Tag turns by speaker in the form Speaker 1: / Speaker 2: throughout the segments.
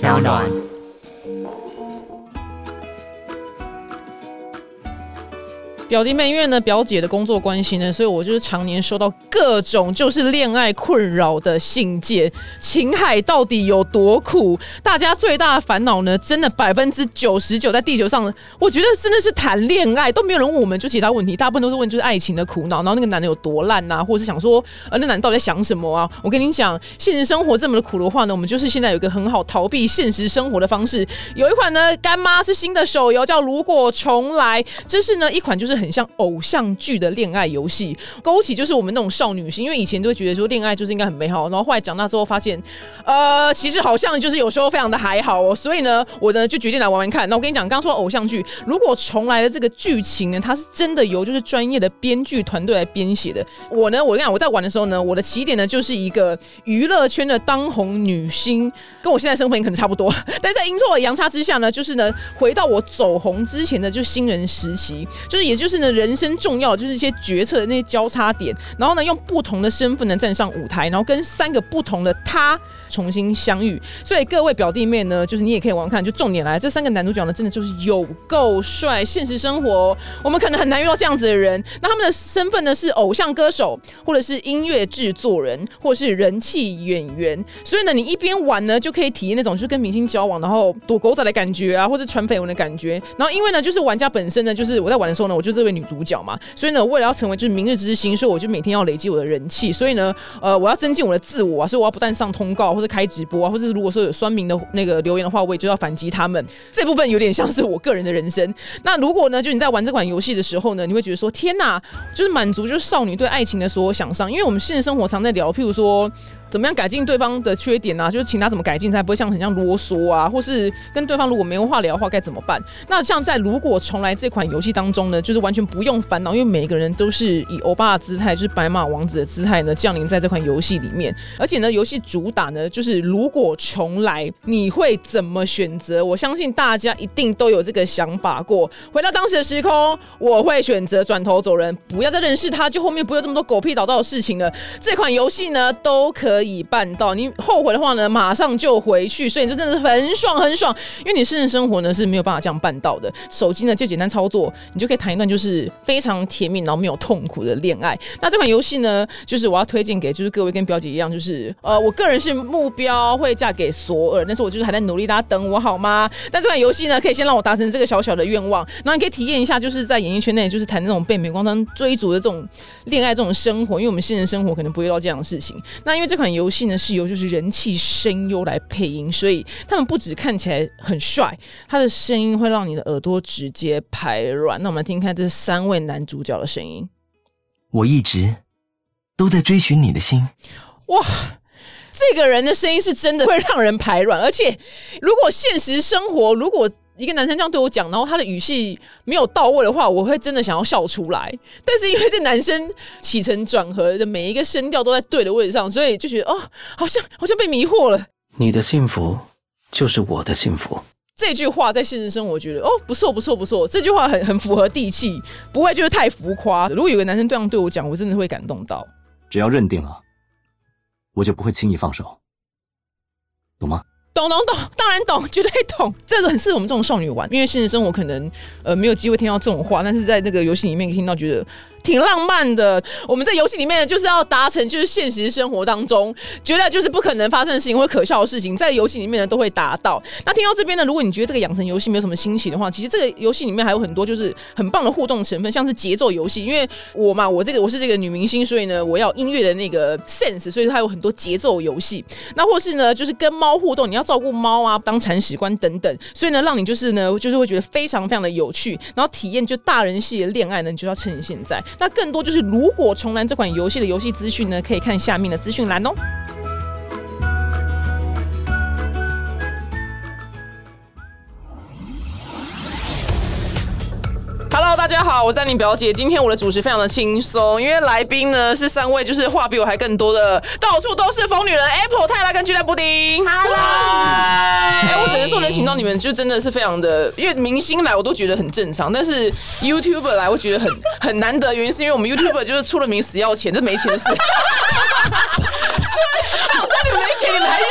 Speaker 1: 小暖。
Speaker 2: 表弟妹，因为呢表姐的工作关系呢，所以我就是常年收到各种就是恋爱困扰的信件。情海到底有多苦？大家最大的烦恼呢，真的百分之九十九在地球上，我觉得真的是谈恋爱都没有人问我们就其他问题，大部分都是问就是爱情的苦恼，然后那个男的有多烂呐、或者是想说呃那男的到底在想什么啊？我跟你讲，现实生活这么的苦的话呢，我们就是现在有一个很好逃避现实生活的方式，有一款呢干妈是新的手游叫《如果重来》，这是呢一款就是很像偶像剧的恋爱游戏，勾起就是我们那种少女心，因为以前都会觉得说恋爱就是应该很美好，然后后来长大之后发现，呃，其实好像就是有时候非常的还好哦，所以呢，我呢就决定来玩玩看。那我跟你讲，刚刚说偶像剧，如果重来的这个剧情呢，它是真的由就是专业的编剧团队来编写的。我呢，我跟你讲，我在玩的时候呢，我的起点呢就是一个娱乐圈的当红女星，跟我现在身份可能差不多，但在阴错阳差之下呢，就是呢回到我走红之前的就新人时期，就是也就是呢人生重要的就是一些决策的那些交叉点，然后呢用不同的身份呢站上舞台，然后跟三个不同的他重新相遇。所以各位表弟妹呢，就是你也可以玩玩看，就重点来，这三个男主角呢真的就是有够帅，现实生活哦我们可能很难遇到这样子的人。那他们的身份呢是偶像歌手，或者是音乐制作人，或是人气演员。所以呢，你一边玩呢，就可以体验那种就是跟明星交往，然后躲狗仔的感觉啊，或是传绯闻的感觉。然后因为呢，就是玩家本身呢，就是我在玩的时候呢，我就是这位女主角嘛，所以呢，为了要成为就是明日之星，所以我就每天要累积我的人气。所以呢，呃，我要增进我的自我啊，所以我要不断上通告或者开直播啊，或者是如果说有酸民的那个留言的话，我也就要反击他们。这部分有点像是我个人的人生。那如果呢，就你在玩这款游戏的时候呢，你会觉得说，天哪，就是满足就是少女对爱情的所有想象，因为我们现实生活常在聊，譬如说。怎么样改进对方的缺点啊？就是请他怎么改进，才不会像很像啰嗦啊，或是跟对方如果没有话聊的话该怎么办？那像在《如果重来》这款游戏当中呢，就是完全不用烦恼，因为每个人都是以欧巴的姿态，就是白马王子的姿态呢降临在这款游戏里面。而且呢，游戏主打呢就是如果重来，你会怎么选择？我相信大家一定都有这个想法过。回到当时的时空，我会选择转头走人，不要再认识他，就后面不会有这么多狗屁倒灶的事情了。这款游戏呢都可以办到，你后悔的话呢，马上就回去，所以你就真的是很爽很爽，因为你现实生活呢是没有办法这样办到的。手机呢就简单操作，你就可以谈一段就是非常甜蜜然后没有痛苦的恋爱。那这款游戏呢，就是我要推荐给就是各位跟表姐一样，就是呃，我个人是目标会嫁给索尔，但是我就是还在努力，大家等我好吗？但这款游戏呢，可以先让我达成这个小小的愿望，然后你可以体验一下，就是在演艺圈内就是谈那种被镁光灯追逐的这种恋爱这种生活，因为我们现实生活可能不会遇到这样的事情。那因为这款游戏呢是由就是人气声优来配音，所以他们不只看起来很帅，他的声音会让你的耳朵直接排卵。那我们来听听看这三位男主角的声音，
Speaker 3: 我一直都在追寻你的心。
Speaker 2: 哇！这个人的声音是真的会让人排卵，而且如果现实生活如果一个男生这样对我讲，然后他的语气没有到位的话，我会真的想要笑出来。但是因为这男生起承转合的每一个声调都在对的位置上，所以就觉得哦，好像好像被迷惑了。
Speaker 3: 你的幸福就是我的幸福。
Speaker 2: 这句话在现实生活，我觉得哦不错不错不错，这句话很很符合地气，不会就是太浮夸。如果有个男生这样对我讲，我真的会感动到。
Speaker 4: 只要认定了，我就不会轻易放手，懂吗？
Speaker 2: 懂懂懂，当然懂，绝对懂。这个很适合我们这种少女玩，因为现实生活可能呃没有机会听到这种话，但是在那个游戏里面听到，觉得挺浪漫的。我们在游戏里面就是要达成，就是现实生活当中觉得就是不可能发生的事情或者可笑的事情，在游戏里面呢都会达到。那听到这边呢，如果你觉得这个养成游戏没有什么新奇的话，其实这个游戏里面还有很多就是很棒的互动成分，像是节奏游戏。因为我嘛，我这个我是这个女明星，所以呢，我要有音乐的那个 sense，所以它有很多节奏游戏。那或是呢，就是跟猫互动，你要照顾猫啊，当铲屎官等等，所以呢，让你就是呢，就是会觉得非常非常的有趣，然后体验就大人系的恋爱呢，你就要趁现在。那更多就是如果重燃这款游戏的游戏资讯呢，可以看下面的资讯栏哦。Hello，大家好，我丹宁表姐。今天我的主持非常的轻松，因为来宾呢是三位就是话比我还更多的，到处都是疯女人 Apple 泰拉跟俱乐布丁。Hello，哎、我只能说能请到你们就真的是非常的，因为明星来我都觉得很正常，但是 YouTuber 来我觉得很很难得，原因是因为我们 YouTuber 就是出了名死要钱，这没钱的事。虽然好像你们没钱，屁，你们还屁，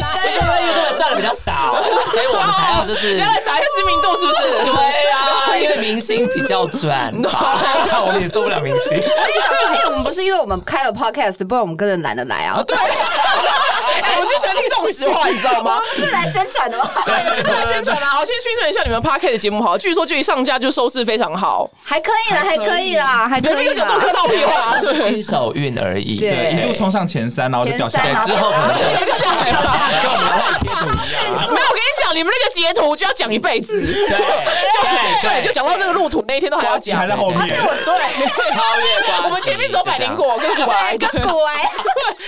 Speaker 1: 但是因为运动员赚的比较少，所以我们才要 就是
Speaker 2: 就来打一下知名度是不是？
Speaker 1: 对啊，因为明星比较赚吧，我们也做不了明星。
Speaker 5: 我就想说，哎、我们不是因为我们开了 podcast，不然我们根本懒得来啊。对，
Speaker 2: 哎，我就喜欢听这种实话，你知道
Speaker 5: 我
Speaker 2: 吗
Speaker 5: 们？不哦是来宣传的吗？
Speaker 2: 啊对， 就是来宣传啦。好，先宣传一下你们 p a r k e t 的节目好了，据说距离上架就收视非常好。
Speaker 5: 还可以啦，还可以啦，还
Speaker 2: 你们
Speaker 5: 可
Speaker 2: 没
Speaker 5: 以
Speaker 2: 有讲那么客
Speaker 5: 啦。
Speaker 2: 套屁 话，啊
Speaker 1: 就是新手运而已。
Speaker 5: 对
Speaker 6: 对，一度冲上前三，然后就掉下
Speaker 5: 前
Speaker 6: 来
Speaker 5: 三。啊
Speaker 1: 之后可能 就
Speaker 2: 这个就没有
Speaker 1: 跟我们的话题不一样。
Speaker 2: 啊 没有，我跟你讲，你们那个截图就要讲一辈子，就就对，就讲到那个路途那一天都还要讲，
Speaker 6: 还在后面
Speaker 2: 而且我对。
Speaker 1: 超越瓜子
Speaker 2: 我们前面只有百灵，果跟古白，
Speaker 5: 跟古玩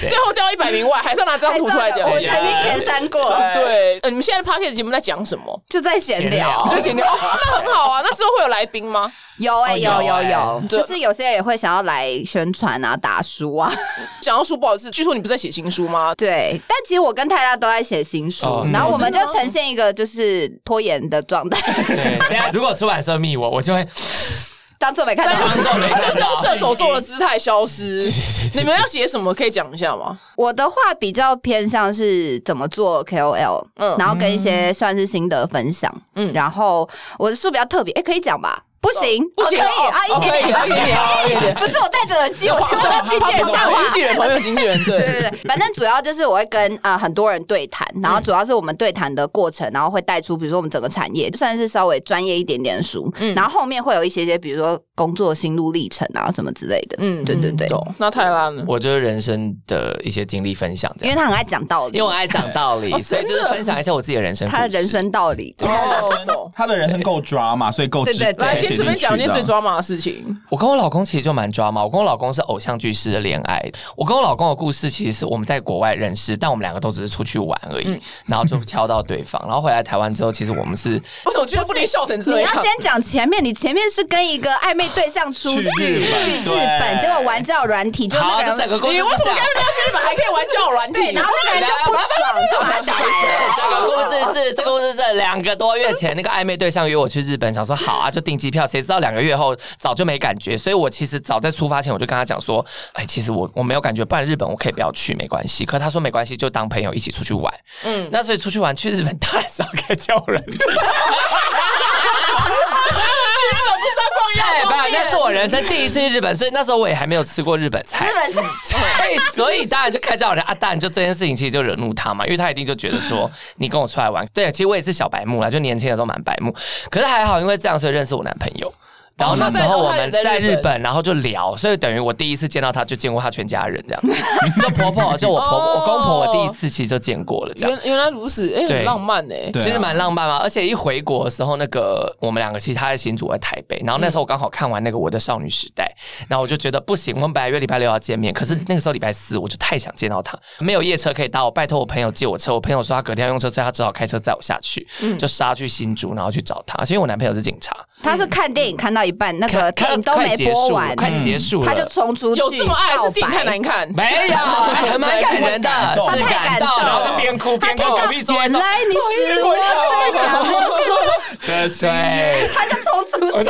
Speaker 2: 最后掉一百零万，还是要拿这张图出来讲
Speaker 5: 我。曾经前三过，
Speaker 2: 对，呃你们现在的 p o c k e t 节目在讲什么？
Speaker 5: 就在闲聊
Speaker 1: 闲
Speaker 2: 就。闲聊，哦那很好啊。那之后会有来宾吗？
Speaker 5: 有哎、有有有，
Speaker 2: 对
Speaker 5: 就是有些人也会想要来宣传啊、打书啊，
Speaker 2: 讲到书不好意思，据说你不是在写新书吗？
Speaker 5: 对。但其实我跟泰拉都在写新书，
Speaker 1: 哦
Speaker 5: 然后我们就
Speaker 2: 真的吗
Speaker 5: 呈现一个就是拖延的状态，
Speaker 1: 对，现在如果出版社密我，我就会
Speaker 5: 当做没看到。
Speaker 1: 当众没
Speaker 2: 就
Speaker 1: 看
Speaker 2: 是用
Speaker 5: 啊
Speaker 1: 到。
Speaker 2: 射手座的姿态消失。你们要写什么？可以讲一下吗？
Speaker 5: 我的话比较偏向是怎么做 KOL，
Speaker 2: 嗯
Speaker 5: 然后跟一些算是心得分享，
Speaker 2: 嗯
Speaker 5: 嗯，然后我的书比较特别，哎，可以讲吧？不行，
Speaker 2: 不行
Speaker 5: 哦可以
Speaker 2: 哦
Speaker 5: 啊，
Speaker 2: 哦
Speaker 5: 一点点，
Speaker 2: 可以一点啊点一点点
Speaker 5: 不是我戴着耳机，我听不到经纪人哎在
Speaker 2: 我
Speaker 5: 话
Speaker 2: 经。纪人，朋友经纪人，
Speaker 5: 对
Speaker 2: 对。
Speaker 5: 对对，反正主要就是我会跟呃很多人对谈，然后主要是我们对谈的过程，然后会带出比如说我们整个产业，就算是稍微专业一点点的书，
Speaker 2: 嗯
Speaker 5: 然后后面会有一些些比如说工作心路历程啊什么之类的，嗯，对对对，
Speaker 2: 懂。那泰拉呢？
Speaker 1: 我就是人生的一些经历分享，这
Speaker 5: 因为
Speaker 1: 样，
Speaker 5: 他很爱讲道理
Speaker 1: 因为，我爱讲道理，所以就是
Speaker 2: 真的
Speaker 1: 分享一下我自己的人生故事。
Speaker 5: 他的人生道理，
Speaker 2: 哦，懂。
Speaker 6: 他的人生够抓嘛，所以够
Speaker 5: 对
Speaker 6: 值
Speaker 5: 对
Speaker 6: 得
Speaker 5: 对
Speaker 2: 来，先
Speaker 6: 写
Speaker 2: 随便
Speaker 6: 进
Speaker 2: 讲一
Speaker 6: 去
Speaker 2: 件
Speaker 6: 的
Speaker 2: 最抓马的事情。
Speaker 1: 我跟我老公其实就蛮抓嘛，我跟我老公是偶像剧式的恋爱。我跟我老公的故事其实是我们在国外认识，但我们两个都只是出去玩而已，
Speaker 2: 嗯
Speaker 1: 然后就敲到对方，然后回来台湾之后，其实我们是
Speaker 2: 为什么居然不能 笑成
Speaker 5: 你
Speaker 2: 这
Speaker 5: 要
Speaker 1: 啊
Speaker 2: 样？
Speaker 5: 先讲前面，你前面是跟一个暧昧对象出去
Speaker 6: 去日本
Speaker 5: 去日
Speaker 6: 对
Speaker 5: 本，结果玩交友软体，就
Speaker 1: 好，
Speaker 5: 那
Speaker 1: 这
Speaker 5: 个
Speaker 1: 整
Speaker 5: 人
Speaker 1: 个故事啊
Speaker 2: 你
Speaker 1: 是
Speaker 2: 为什
Speaker 1: 这
Speaker 2: 么
Speaker 1: 样
Speaker 2: 该。不到日本还可以玩交友软体？
Speaker 5: 对，然后那个人就不爽，就把他甩了。
Speaker 1: 这个故事是，这个故事是两个多月前那个暧昧对象约我去日本，想说好啊，就订机票。谁 知道两个月后早就没感觉，所以我其实早在出发前我就跟他讲说，哎，其实我我没有感觉，不然日本我可以不要去，没关系。可他说没关系，就当朋友一起出去玩。嗯，那所以出去玩去日本当然是要该叫 人。对
Speaker 2: 日本不是要逛
Speaker 1: 吧？哎那
Speaker 2: 亚洲
Speaker 1: 是我人生第一次去日本，所以那时候我也还没有吃过日本菜。
Speaker 5: 日本是
Speaker 1: 对，哎所以当然就看叫人啊，当然就这件事情其实就惹怒他嘛，因为他一定就觉得 说你跟我出来玩，对，其实我也是小白目啦，就年轻的时候蛮白目，可是还好，因为这样所以认识我男朋友。然后那时候我哦们在日本，然后就聊，所以等于我第一次见到他就见过他全家人这 样，就婆婆，就我婆婆，
Speaker 2: 哦
Speaker 1: 我公婆，我第一次其实就见过了这样。
Speaker 2: 原原来如此，哎，很
Speaker 1: 对
Speaker 2: 浪漫哎。
Speaker 6: 对啊
Speaker 1: 其实蛮浪漫嘛，而且一回国的时候，那个我们两个其实他在新竹，我在台北，然后那时候我刚好看完那个《我的少女时代》，然后我就觉得不行，我们本来约礼拜六要见面，可是那个时候礼拜四，我就太想见到他，没有夜车可以搭，我拜托我朋友借我车，我朋友说他隔天要用车，所以他只好开车载我下去，就杀去新竹，然后去找他，所以我男朋友是警察，
Speaker 5: 他是看电影看到一半，那
Speaker 1: 嗯
Speaker 5: 个电
Speaker 1: 看
Speaker 5: 影都没
Speaker 1: 快结
Speaker 5: 播
Speaker 1: 束了
Speaker 5: 完，
Speaker 1: 快结束了，
Speaker 5: 他就冲出去，
Speaker 2: 有这么爱是
Speaker 5: 告
Speaker 2: 电影太
Speaker 5: 白
Speaker 2: 难看，
Speaker 1: 没有，还蛮感人的，是
Speaker 5: 他太感
Speaker 1: 感动，
Speaker 5: 动
Speaker 1: 然后就边哭边跟我
Speaker 5: 他
Speaker 1: 屁
Speaker 5: 听
Speaker 1: 说
Speaker 5: 到原来你 是
Speaker 2: 不好
Speaker 5: 我
Speaker 2: 意思
Speaker 5: 最想的，
Speaker 6: 对
Speaker 1: 对。
Speaker 5: 他就冲出去。
Speaker 2: 有这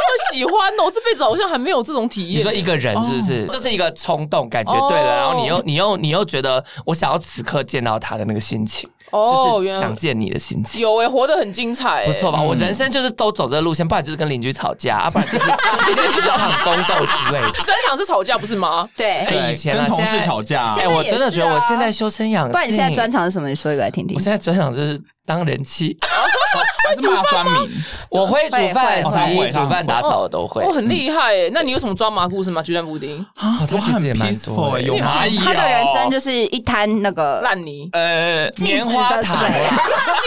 Speaker 2: 么喜欢哦？我这辈子好像还没有这种体
Speaker 1: 你
Speaker 2: 验
Speaker 1: 说。一个人是不
Speaker 5: 哦
Speaker 1: 是？就是一个冲动，感觉对了，
Speaker 2: 哦
Speaker 1: 然后你又你又你又觉得我想要此刻见到他的那个心情，
Speaker 2: 哦，
Speaker 1: 就
Speaker 2: 原
Speaker 1: 是
Speaker 2: 来
Speaker 1: 想见你的心情。
Speaker 2: 有哎，活得很精彩，
Speaker 1: 不
Speaker 5: 嗯
Speaker 1: 错吧？我人生就是都走这路线，不然就是跟邻居吵架，啊，不然 就是一定是场宫斗之类的
Speaker 2: 哎。。专场是吵架不是吗？
Speaker 5: 对，
Speaker 1: 哎，以前啊
Speaker 6: 跟同
Speaker 1: 现
Speaker 6: 事
Speaker 1: 在
Speaker 6: 吵架
Speaker 5: 现，
Speaker 1: 哎，
Speaker 5: 在
Speaker 1: 我
Speaker 5: 也是
Speaker 1: 真的觉得
Speaker 5: 啊
Speaker 1: 我现在修身养性。
Speaker 5: 不然你现在专，长是什么？你说一个来听听
Speaker 1: 我。现在专场就是当人妻，
Speaker 5: 哦
Speaker 6: 还是骂酸民，
Speaker 1: 我会煮饭、
Speaker 5: 会
Speaker 1: 洗
Speaker 6: 会
Speaker 1: 衣、
Speaker 6: 会
Speaker 1: 煮饭、打扫，我都会
Speaker 5: 哦
Speaker 2: 我。很厉害哎。那你有什么抓马故事吗？鸡蛋布丁
Speaker 1: 哦他
Speaker 6: 我
Speaker 1: 其
Speaker 6: 很
Speaker 1: 实也蛮
Speaker 6: peaceful，
Speaker 1: 多的，哎
Speaker 6: 有蚂蚁、
Speaker 5: 他的人生就是一滩那个
Speaker 2: 烂泥
Speaker 6: 呃，
Speaker 1: 棉花
Speaker 5: 静止
Speaker 1: 糖
Speaker 5: 的水
Speaker 1: 啊。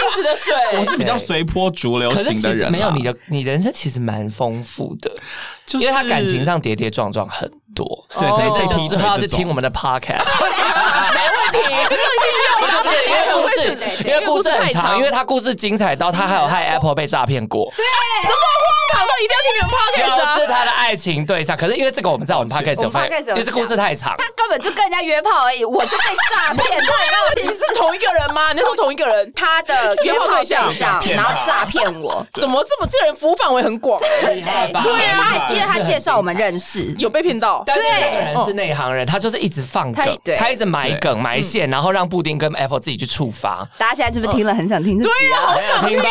Speaker 2: 镜子的水，
Speaker 6: 我是比较随波逐流
Speaker 1: 可是
Speaker 6: 型
Speaker 1: 其
Speaker 6: 的
Speaker 1: 实
Speaker 6: 人，啊
Speaker 1: 没有你，的，你人生其实蛮丰富的，
Speaker 6: 就是
Speaker 1: 因为他感情上跌跌撞撞很多，
Speaker 6: 对
Speaker 1: 所以这哦
Speaker 6: 像被
Speaker 1: 就
Speaker 6: 劈
Speaker 1: 之
Speaker 6: 腿
Speaker 1: 后要
Speaker 6: 这
Speaker 1: 去听
Speaker 6: 种
Speaker 1: 我们的 podcast，
Speaker 2: 没问题，这个一定要
Speaker 1: 不
Speaker 5: 啊
Speaker 1: 是不是因为故事，因为故事很长，因为他故事精彩到他还有害 Apple 被诈骗过，
Speaker 2: 卡到一定要听你们 p
Speaker 1: 就
Speaker 2: o d c a s
Speaker 1: 是他的爱情对象。可是因为这个我们在我们 podcast 有发
Speaker 5: 啊我们
Speaker 1: 现
Speaker 5: podcast，有
Speaker 1: 因为这故事太长，
Speaker 5: 他根本就跟人家约炮而已，我就被诈骗，他也让我
Speaker 2: 你是同一个人吗？你是同一个人？
Speaker 5: 他的约炮对象，然后诈骗我。
Speaker 2: 怎么这么这人服务范围很广？
Speaker 5: 对，
Speaker 6: 对啊
Speaker 5: 他因为他介绍我们认识，
Speaker 2: 有被骗到？
Speaker 1: 但是那个人是内行人，他就是一直放
Speaker 5: 他
Speaker 1: 梗，
Speaker 5: 对
Speaker 1: 他一直埋梗埋线，然后让布丁跟 Apple 自己去触发。
Speaker 5: 大家现在是不是听了很想听？对
Speaker 2: 呀，啊好想
Speaker 1: 没有
Speaker 2: 听
Speaker 1: 听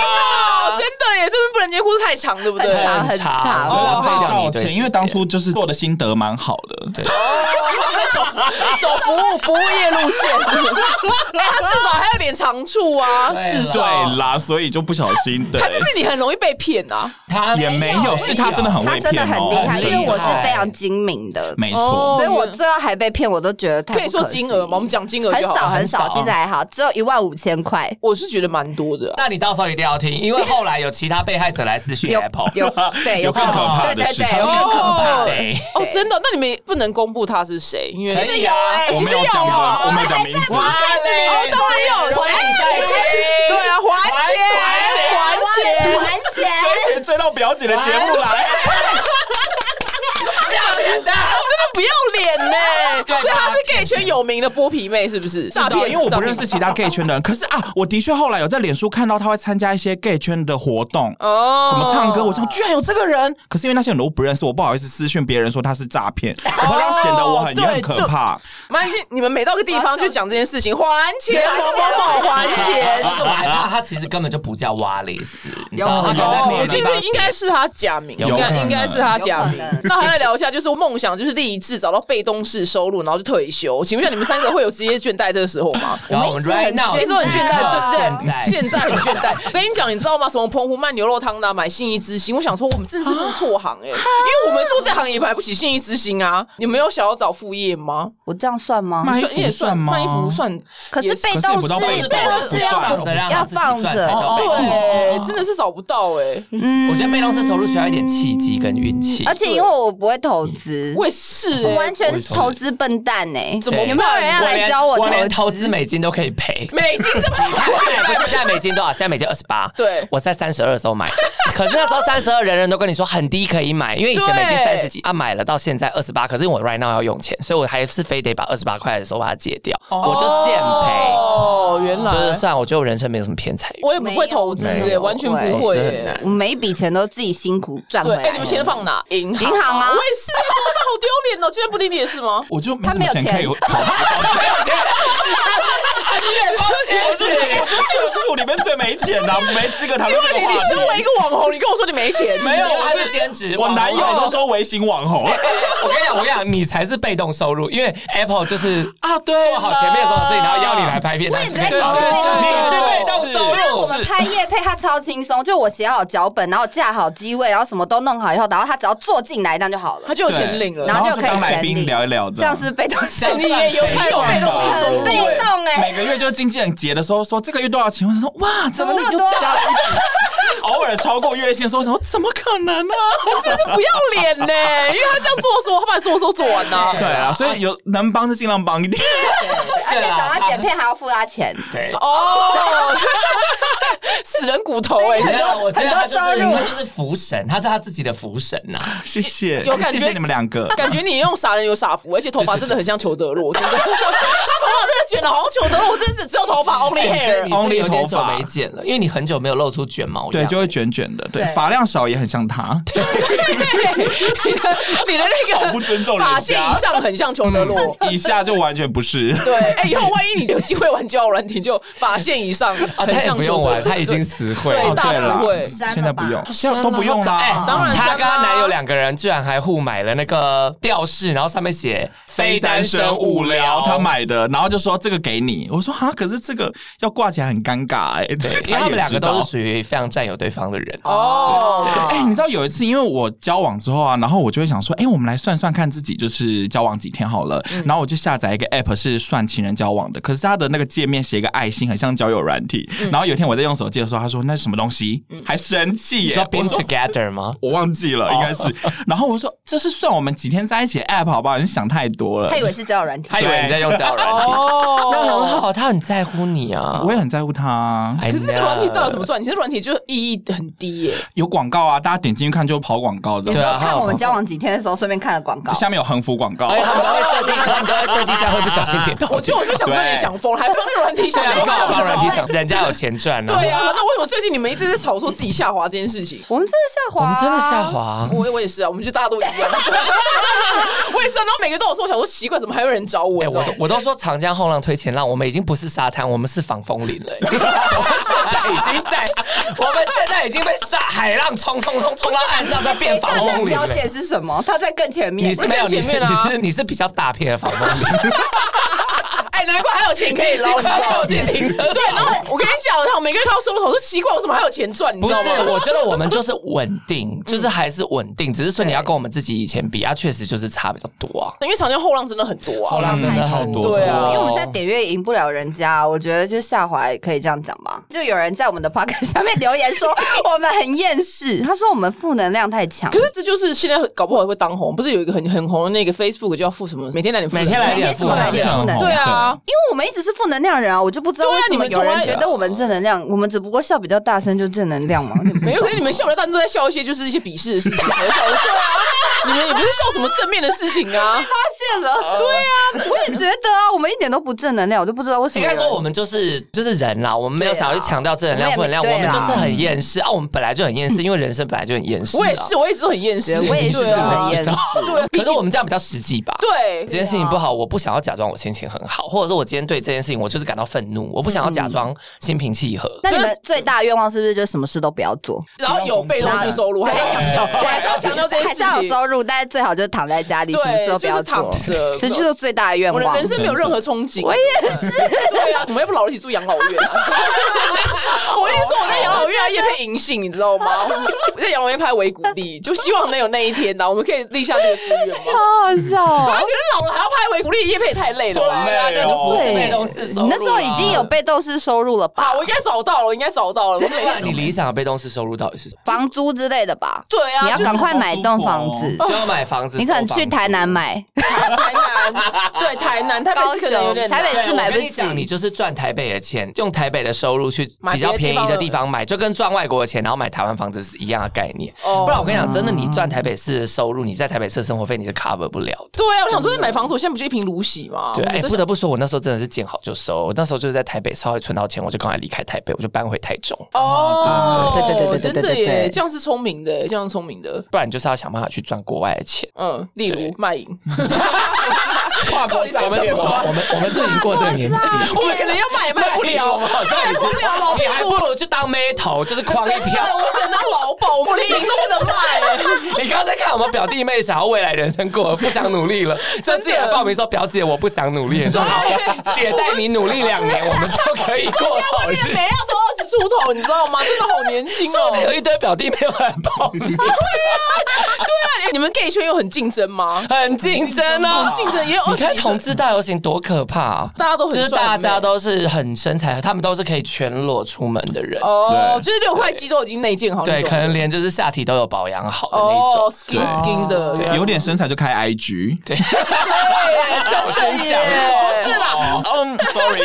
Speaker 1: 到
Speaker 2: 啊！真的耶，这边不能接故事太长，对不对？
Speaker 5: 嗯很长
Speaker 1: 长，
Speaker 5: 很
Speaker 6: 哦
Speaker 1: 我觉得这一条
Speaker 6: 抱
Speaker 1: 你对
Speaker 6: 歉，因为当初就是做的心得蛮好的，对，
Speaker 2: 啊走服务服务业路线，哎，他至少还有点长处啊，至 少。
Speaker 6: 对啦，所以就不小心对，
Speaker 2: 还是是你很容易被骗啊？
Speaker 1: 他
Speaker 6: 也没有，是他真的很
Speaker 5: 哎他
Speaker 6: 会
Speaker 5: 真的
Speaker 6: 骗
Speaker 5: 很
Speaker 6: 哦，
Speaker 5: 厉害，因
Speaker 6: 真
Speaker 5: 为
Speaker 6: 的
Speaker 5: 我是非常精明的，
Speaker 6: 没
Speaker 2: 哦
Speaker 6: 错，
Speaker 5: 所以我最后还被骗，我都觉得太
Speaker 2: 可以说金额吗？我们讲金额
Speaker 5: 很
Speaker 2: 就好
Speaker 5: 少很少，
Speaker 6: 很少
Speaker 5: 其实还好，只有一万五千块。
Speaker 2: 我是觉得蛮多的啊。
Speaker 1: 那你到时候一定要听，因为后来有其他被害者来私讯
Speaker 5: 有
Speaker 1: Apple，
Speaker 5: 有对
Speaker 6: 有
Speaker 5: 更
Speaker 6: 更可怕
Speaker 5: 对
Speaker 6: 的
Speaker 5: 对
Speaker 6: 事情
Speaker 5: 对，有更可怕的。
Speaker 1: 对，
Speaker 2: 哦，真的？那你们也不能公布他是谁，因为哎
Speaker 1: 可以啊，
Speaker 6: 我没有讲
Speaker 2: 哦
Speaker 6: 过，我没有讲名字，
Speaker 1: 嘞，
Speaker 2: 当然有
Speaker 1: 还钱，
Speaker 2: 哎对啊，还钱，还钱，
Speaker 5: 还钱，
Speaker 6: 追钱追到表姐的节目来，
Speaker 2: 真的不要脸呢！
Speaker 1: 对
Speaker 2: 所以她是 gay 圈有名的剥皮妹，是不是？
Speaker 6: 知
Speaker 2: 诈
Speaker 6: 道，
Speaker 2: 骗，
Speaker 6: 因为我不认识其他 gay 圈的人，可是啊，我的确后来有在脸书看到他会参加一些 gay 圈的活动，
Speaker 2: 哦
Speaker 6: 怎么唱歌，我想居然有这个人，可是因为那些人我都不认识，我不好意思私讯别人说他是诈骗，我怕他显得我很也很可怕。
Speaker 2: 没关系，你们每到个地方就讲这件事情，还钱，某某某还钱。
Speaker 1: 而且哎我还怕他其实根本就不叫瓦里斯，你知道吗？
Speaker 6: 哦有有
Speaker 1: 他可能在
Speaker 2: 我
Speaker 1: 别的
Speaker 2: 觉
Speaker 1: 地
Speaker 2: 得
Speaker 1: 方
Speaker 2: 应该哦是他假名，
Speaker 1: 有
Speaker 2: 应该
Speaker 6: 可能
Speaker 2: 应该是他假名
Speaker 5: 有可能。
Speaker 2: 那还来聊一下，就是梦想，就是立志找到被动式收入，然后就退休。请问一下，你们三个会有职业倦怠这个时候 吗？
Speaker 1: 然后我们 right now，
Speaker 2: 谁说很倦怠？
Speaker 1: 现在
Speaker 2: 对对，现在很倦怠。我跟你讲，你知道吗？什么澎湖卖牛肉汤的啊、买信义之星，我想说我们真的是入错行哎、因为我们做这行也买不起信义之星啊。你们有想要找副业吗？
Speaker 5: 我这样算吗？
Speaker 6: 卖衣
Speaker 2: 你也
Speaker 6: 服
Speaker 2: 算
Speaker 6: 算吗？
Speaker 2: 卖衣服算，
Speaker 5: 可是被动
Speaker 6: 可是不到被动
Speaker 5: 式，被动式要
Speaker 6: 不
Speaker 1: 算
Speaker 5: 要放
Speaker 1: 让自己赚才叫
Speaker 5: 着，
Speaker 1: 被动
Speaker 2: 对，真的是找不到哎、
Speaker 5: 嗯
Speaker 1: 我觉得被动式收入需要一点契机跟运气
Speaker 5: 而。且因为我不会投资，
Speaker 2: 我也是、
Speaker 5: 我
Speaker 2: 欸，
Speaker 5: 完全是投资笨蛋哎，
Speaker 2: 怎么
Speaker 1: 对
Speaker 5: 有没有人要来教我
Speaker 1: 我连
Speaker 5: 投
Speaker 1: 投
Speaker 5: 资？
Speaker 1: 资美金都可以赔，
Speaker 2: 美金这么
Speaker 1: 不是不是现在美金多少？现在美金二十八。
Speaker 2: 对
Speaker 1: 我在三十二的时候买，可是那时候三十二，人人都跟你说很低可以买，因为以前美金
Speaker 2: 对
Speaker 1: 三十几啊，买了到现在二十八，可是我 right now 要用钱，所以我还是非得把二十八块的时候把它戒掉，我就现赔。
Speaker 2: 哦，原来
Speaker 1: 就是算，我觉得我人生没有什么偏财运。
Speaker 2: 我也不会投资、
Speaker 5: 没
Speaker 2: 欸，
Speaker 5: 有
Speaker 2: 完全不会、
Speaker 1: 投资很
Speaker 2: 欸
Speaker 1: 难。
Speaker 5: 我每一笔钱都自己辛苦赚回
Speaker 2: 对，哎、
Speaker 5: 来
Speaker 2: 你
Speaker 5: 的
Speaker 2: 们。钱放哪？银行，
Speaker 5: 银行啊
Speaker 2: 我也是，真的好丢脸哦！今天不理你也 是吗？
Speaker 6: 我就没
Speaker 5: 他
Speaker 6: 什
Speaker 5: 没
Speaker 6: 么
Speaker 5: 有
Speaker 6: 钱可以
Speaker 5: 钱
Speaker 6: 跑 我就是 我就是社畜里面最没钱的，没资格谈
Speaker 2: 请
Speaker 6: 论
Speaker 2: 问
Speaker 6: 这个
Speaker 2: 你，你
Speaker 6: 话
Speaker 2: 身为一
Speaker 6: 题。
Speaker 2: 个网红，你跟我说你没 钱，
Speaker 6: 没有，我
Speaker 1: 他
Speaker 6: 是
Speaker 1: 是兼职
Speaker 6: 我
Speaker 1: 网红
Speaker 6: 男友都说微型网红
Speaker 1: 哎我跟你讲，我跟你讲，你才是被动收入， 因为 Apple 就是啊，对，做好前面所有事情，然后邀你来拍片，
Speaker 5: 我也
Speaker 1: 然后
Speaker 5: 觉得
Speaker 1: 就可以
Speaker 5: 这是被动
Speaker 1: 你是被动
Speaker 6: 是
Speaker 1: 收入，
Speaker 5: 哎我们拍夜配，他超轻松，就我写好脚本，然后架好机位，然后什么都弄好以后，然后他只要坐进来，这样就好
Speaker 2: 他
Speaker 5: 了。
Speaker 2: 就有钱领了。
Speaker 5: 然后就可以
Speaker 6: 当来
Speaker 5: 潜力
Speaker 6: 宾聊一聊，
Speaker 5: 这样啊是被动式
Speaker 2: 你也有你有被动式收入
Speaker 5: 很被
Speaker 2: 欸，
Speaker 5: 动哎、
Speaker 6: 每个月就是经纪人结的时候说这个月多少钱，我想说哇，
Speaker 5: 怎么那么
Speaker 6: 又
Speaker 5: 多
Speaker 6: 加了一笔， 偶尔超过月薪的时候，我想说怎么可能啊呢、
Speaker 2: 真是不要脸呢、因为他这样做说，他把所有事都做完了、
Speaker 6: 对啊，所以有能帮就尽量帮一点。
Speaker 5: 而且找他剪片还要付他钱，
Speaker 1: 对。啊
Speaker 2: 哦， 死人骨头哎、
Speaker 1: 没有，啊我觉得他就是
Speaker 5: 很多收入
Speaker 1: 他就是福神，他是他自己的福神呐、
Speaker 6: 谢谢，
Speaker 2: 有感觉
Speaker 6: 谢谢你们两个。
Speaker 2: 感觉你用傻人有傻福，而且头发真的很像裘德洛， 真的，他头发真的卷的好像裘德洛，我真的是只有头发 only
Speaker 1: 哎你。是
Speaker 2: hair
Speaker 1: 你是有
Speaker 6: Only
Speaker 1: 点久
Speaker 6: 头发
Speaker 1: 没剪了，因为你很久没有露出卷毛样，
Speaker 6: 对，就啊会卷卷的，对，
Speaker 5: 对
Speaker 6: 发量少也很像他，
Speaker 2: 你的 你的那
Speaker 6: 好不尊
Speaker 2: 个
Speaker 6: 重人家
Speaker 2: 发线以上很像裘德洛。
Speaker 1: 嗯
Speaker 6: 一下就完全不是。
Speaker 2: 对，哎、以后万一你有机会玩交友软体，就发线以上
Speaker 1: 啊，
Speaker 2: 很
Speaker 1: 他也
Speaker 2: 像
Speaker 1: 不
Speaker 2: 裘德
Speaker 1: 用
Speaker 2: 洛
Speaker 1: 玩，。他已经死会
Speaker 2: 对
Speaker 1: 了。
Speaker 6: 哦
Speaker 2: 大
Speaker 6: 对
Speaker 2: 实
Speaker 6: 啦
Speaker 2: 惠
Speaker 6: 现在不用，现在都不用
Speaker 1: 哎
Speaker 6: 啦。
Speaker 2: 当然
Speaker 1: 她跟她
Speaker 2: 删啦
Speaker 1: 男友两个人居然还互买了那个吊饰，然后上面写
Speaker 6: 他，买的，然后就说这个给你，我说哈，可是这个要挂起来很尴尬哎、对
Speaker 1: 因为他们两个都是属于非常占有对方的人。
Speaker 2: 哦
Speaker 6: 哎、你知道有一次，因为我交往之后啊，然后我就会想说，哎、我们来算算看自己就是交往几天好了。然后我就下载一个 app 是算情人交往的，可是它的那个界面写一个爱心，很像交友软体。然后有一天我在用手机的时候，他说：“那是什么东西？还生气
Speaker 1: 你
Speaker 6: 耶、
Speaker 1: 说
Speaker 6: 我
Speaker 1: been
Speaker 6: 说
Speaker 1: together 吗？
Speaker 6: 我忘记了，应该是。然后我说这是算我们几天在一起的 app 好不好？你想太多了
Speaker 5: 他。以为是交友软体，
Speaker 1: 他以为你在用交友软体，
Speaker 2: 哦，
Speaker 1: 那很。好，他很在乎你啊。哎
Speaker 6: 我也很在乎他，
Speaker 1: I
Speaker 2: 可是这个
Speaker 1: know
Speaker 2: 软体到底有什么赚？你这软体就意义很低耶、
Speaker 6: 有广告啊，大家点进去看就跑广告
Speaker 5: 你
Speaker 6: 的
Speaker 1: 对，
Speaker 5: 说
Speaker 1: 啊
Speaker 5: 看我们交往几天的时候，顺便看了广告
Speaker 6: 就。下面有横幅广告
Speaker 1: 哎，。他们都会设计，他们都会设计，这样会不小心点到你。
Speaker 2: 我觉得我就想说你想疯，还帮那个软体 想
Speaker 1: 对啊
Speaker 2: 疯，
Speaker 1: 告诉软体上，人家有钱赚啊。
Speaker 2: 对啊，那为什么最近你们一直在吵说自己下滑这件事情？
Speaker 5: 我们真的下
Speaker 1: 我
Speaker 5: 滑，啊
Speaker 1: 们真的下。滑。
Speaker 2: 我我也是啊，我们就大家都一样。 我也是、啊，然后每个人都有说，我想说奇怪，怎么还有人找我？
Speaker 1: 哎、我都我都说长江后浪推前浪，我们已经不是沙滩，我们是防风林 了、欸。我们现在已经在，我们现在已经被沙海浪冲冲冲冲到岸上，在变防
Speaker 5: 下
Speaker 1: 风
Speaker 5: 次
Speaker 1: 林
Speaker 5: 表
Speaker 1: 了、欸
Speaker 5: 姐是什么？她在更前面
Speaker 1: 你。是没有，你
Speaker 2: 在前面啊
Speaker 1: 是你是你是比较大片的防风林，
Speaker 2: 哎、难怪还有钱可以 捞，你知 道吗
Speaker 1: 靠近停车
Speaker 2: 对，然
Speaker 1: 场。
Speaker 2: 后我跟你讲，然后每个人看到说不同，我说奇怪，我怎么还有钱赚？你
Speaker 1: 不
Speaker 2: 知
Speaker 1: 是
Speaker 2: 道吗？，嗯
Speaker 1: 我觉得我们就是稳定，就是还是稳定，只是说你要跟我们自己以前比啊，确实就是差比较多啊。
Speaker 2: 因为长江后浪真的很多啊，
Speaker 1: 后浪真的很多，
Speaker 2: 对啊
Speaker 5: 因为我们现在点阅赢不了人家，我觉得就下滑也可以这样讲吧。就有人在我们的 p o c a s t 下面留言说我们很厌世， 他说我们负能量太强
Speaker 2: 可。是这就是现在搞不好会当红，不是有一个很很红的那个 Facebook 就要付什么，每天来点负能
Speaker 1: 每天来
Speaker 2: 量
Speaker 1: 点负能量
Speaker 5: 每天是负能
Speaker 1: 哦
Speaker 5: 量
Speaker 2: 对啊，
Speaker 5: 因为我们一直是负能量人啊，我就不知道
Speaker 2: 对啊
Speaker 5: 为什么
Speaker 2: 你们从
Speaker 5: 有
Speaker 2: 来
Speaker 5: 人觉得我们正能量，我们只不过笑比较大声就正能量嘛。
Speaker 2: 没有，可是你们笑的大家都在笑一些就是一些鄙视 的事情，对啊，你们也不是笑什么正面的事情啊，
Speaker 5: 发 现了，对啊，我也觉得啊，我们一点都不正能量，我就不知道为什
Speaker 1: 应
Speaker 5: 么有
Speaker 1: 该
Speaker 5: 人。
Speaker 1: 说我们就是就是人啦，我们没有
Speaker 5: 对啊
Speaker 1: 想要去强调正能量、负
Speaker 5: 我
Speaker 1: 能
Speaker 5: 们也
Speaker 1: 量，
Speaker 5: 没
Speaker 1: 我们
Speaker 5: 对
Speaker 1: 就
Speaker 5: 啦
Speaker 1: 是很厌世啊。我们本来就很厌世，因为人生本来就很厌世。啊
Speaker 2: 我也是，，我一直都很厌世，
Speaker 5: 对我也是
Speaker 2: 对啊
Speaker 5: 很厌世，
Speaker 2: 对，
Speaker 1: 可是我们这样比较实际吧？。
Speaker 2: 对啊
Speaker 1: 这件事情不好，我不想要假装我心情很好，或者是我今天对这件事情我就是感到愤怒，我不想要假装心平气和。
Speaker 5: 那你们最大愿望是不是就什么事都不要做？
Speaker 2: 然后有被动式收入，还要强调， 我还是要强调这件
Speaker 5: 还
Speaker 2: 事
Speaker 5: 是
Speaker 2: 情，
Speaker 5: 要有收入，但是最好就是躺在家里，什么
Speaker 2: 对，
Speaker 5: 事都不
Speaker 2: 就
Speaker 5: 要
Speaker 2: 是
Speaker 5: 做
Speaker 2: 躺， 着，
Speaker 5: 这就是最大的愿
Speaker 2: 我的
Speaker 5: 望。
Speaker 2: 人生没有任何憧憬，我也是， 对啊，我们要不老了一起住养老院啊？ 我跟你说，我在养老院也配银杏，你知道吗？我在养老院拍维骨力，就希望能有那一天呐，我们可以立下这个志愿吗？
Speaker 7: 好好笑
Speaker 2: 啊，
Speaker 7: 哦！
Speaker 2: 可是老了还要拍维骨力，也配也太累了吧？
Speaker 1: 啊，那就不是
Speaker 5: 对
Speaker 1: 被动式收入
Speaker 5: 你
Speaker 1: 啦。
Speaker 5: 那时候已经有被动式收入了吧
Speaker 2: 啊，？我应该找到了，我应该找到了，我
Speaker 1: 不然
Speaker 2: 没
Speaker 1: 你理想的被动式收入到底是什么？
Speaker 5: 房租之类的吧？
Speaker 2: 对啊，
Speaker 5: 你要
Speaker 2: 就是
Speaker 5: 赶快买一栋房子，
Speaker 2: 哦
Speaker 1: 就要买房子，
Speaker 5: 你可能
Speaker 1: 收房子
Speaker 5: 去台南。买，
Speaker 2: 台南，对台南、台北市可能有点难
Speaker 5: 高雄台北市
Speaker 1: 我
Speaker 5: 买不
Speaker 1: 跟
Speaker 5: 起
Speaker 1: 你讲，你就是赚台北的钱，用台北的收入去
Speaker 2: 买
Speaker 1: 比
Speaker 2: 别的
Speaker 1: 较便宜的
Speaker 2: 地
Speaker 1: 地方买，就跟赚外国的钱然后买台湾房子是一样的概念。
Speaker 2: 哦
Speaker 1: 不然我跟你讲，真的，你赚台北市的收入，你在台北市的生活费你是 cover 不了的。
Speaker 2: 对啊，我想说，买房子我现在不就一瓶芦洗吗？
Speaker 1: 对，
Speaker 2: 我
Speaker 1: 哎、
Speaker 2: 在
Speaker 1: 不得不说，我那时候真的是见好就收。我那时候就是在台北稍微存到钱，我就赶快离开台北，我就搬回台中。
Speaker 2: 哦，
Speaker 5: 啊对对对对对
Speaker 2: 真的
Speaker 5: 对对
Speaker 2: 耶，
Speaker 5: 对
Speaker 2: 这样是聪明的耶，这样是聪明的。
Speaker 1: 不然你就是要想办法去赚国外的钱。
Speaker 2: 嗯，例如
Speaker 1: 对
Speaker 2: 卖淫，
Speaker 1: 跨
Speaker 2: 国战
Speaker 1: 我们我们我们我们是已经过这个年纪，
Speaker 2: 我们可能要卖也卖不了，
Speaker 1: 我们好像已经
Speaker 2: 卖不了老
Speaker 1: 你还
Speaker 2: 屁股
Speaker 1: 不。如去当妹头，就是狂一
Speaker 2: 对
Speaker 1: 票。
Speaker 2: 我只能当老鸨，我连赢都不能卖。 哎
Speaker 1: 你刚刚在看我们表弟妹想要未来人生过得不想努 力了，就自己来报名说表姐我不想努力，说好姐带你努力两年，我们就可以过好日
Speaker 2: 每
Speaker 1: 子。
Speaker 2: 样都二十出头，你知道吗？真的好年轻
Speaker 1: 说
Speaker 2: 哦
Speaker 1: 不。定有一堆表弟妹要来报名，
Speaker 2: 对啊，你们 gay 圈有很竞争吗？
Speaker 1: 很竞争 哦，
Speaker 2: 竞争也有
Speaker 1: 你看
Speaker 2: 20
Speaker 1: 同志大游行多可怕啊！
Speaker 2: 大家都很
Speaker 1: 就是
Speaker 2: 帅
Speaker 1: 大
Speaker 2: 妹
Speaker 1: 家都是很身材，他们都是可以全裸出门的人，
Speaker 2: 哦，
Speaker 6: 对
Speaker 2: 就是六块肌都已经内建好那种，
Speaker 1: 对，可能连就是下体都有保养好的那
Speaker 2: 哦
Speaker 1: 种。
Speaker 2: skin skin 的，
Speaker 1: 对
Speaker 6: 有点身材就开 IG。
Speaker 1: 对，
Speaker 2: 真的耶。
Speaker 1: 哦
Speaker 6: 是啦，嗯，sorry，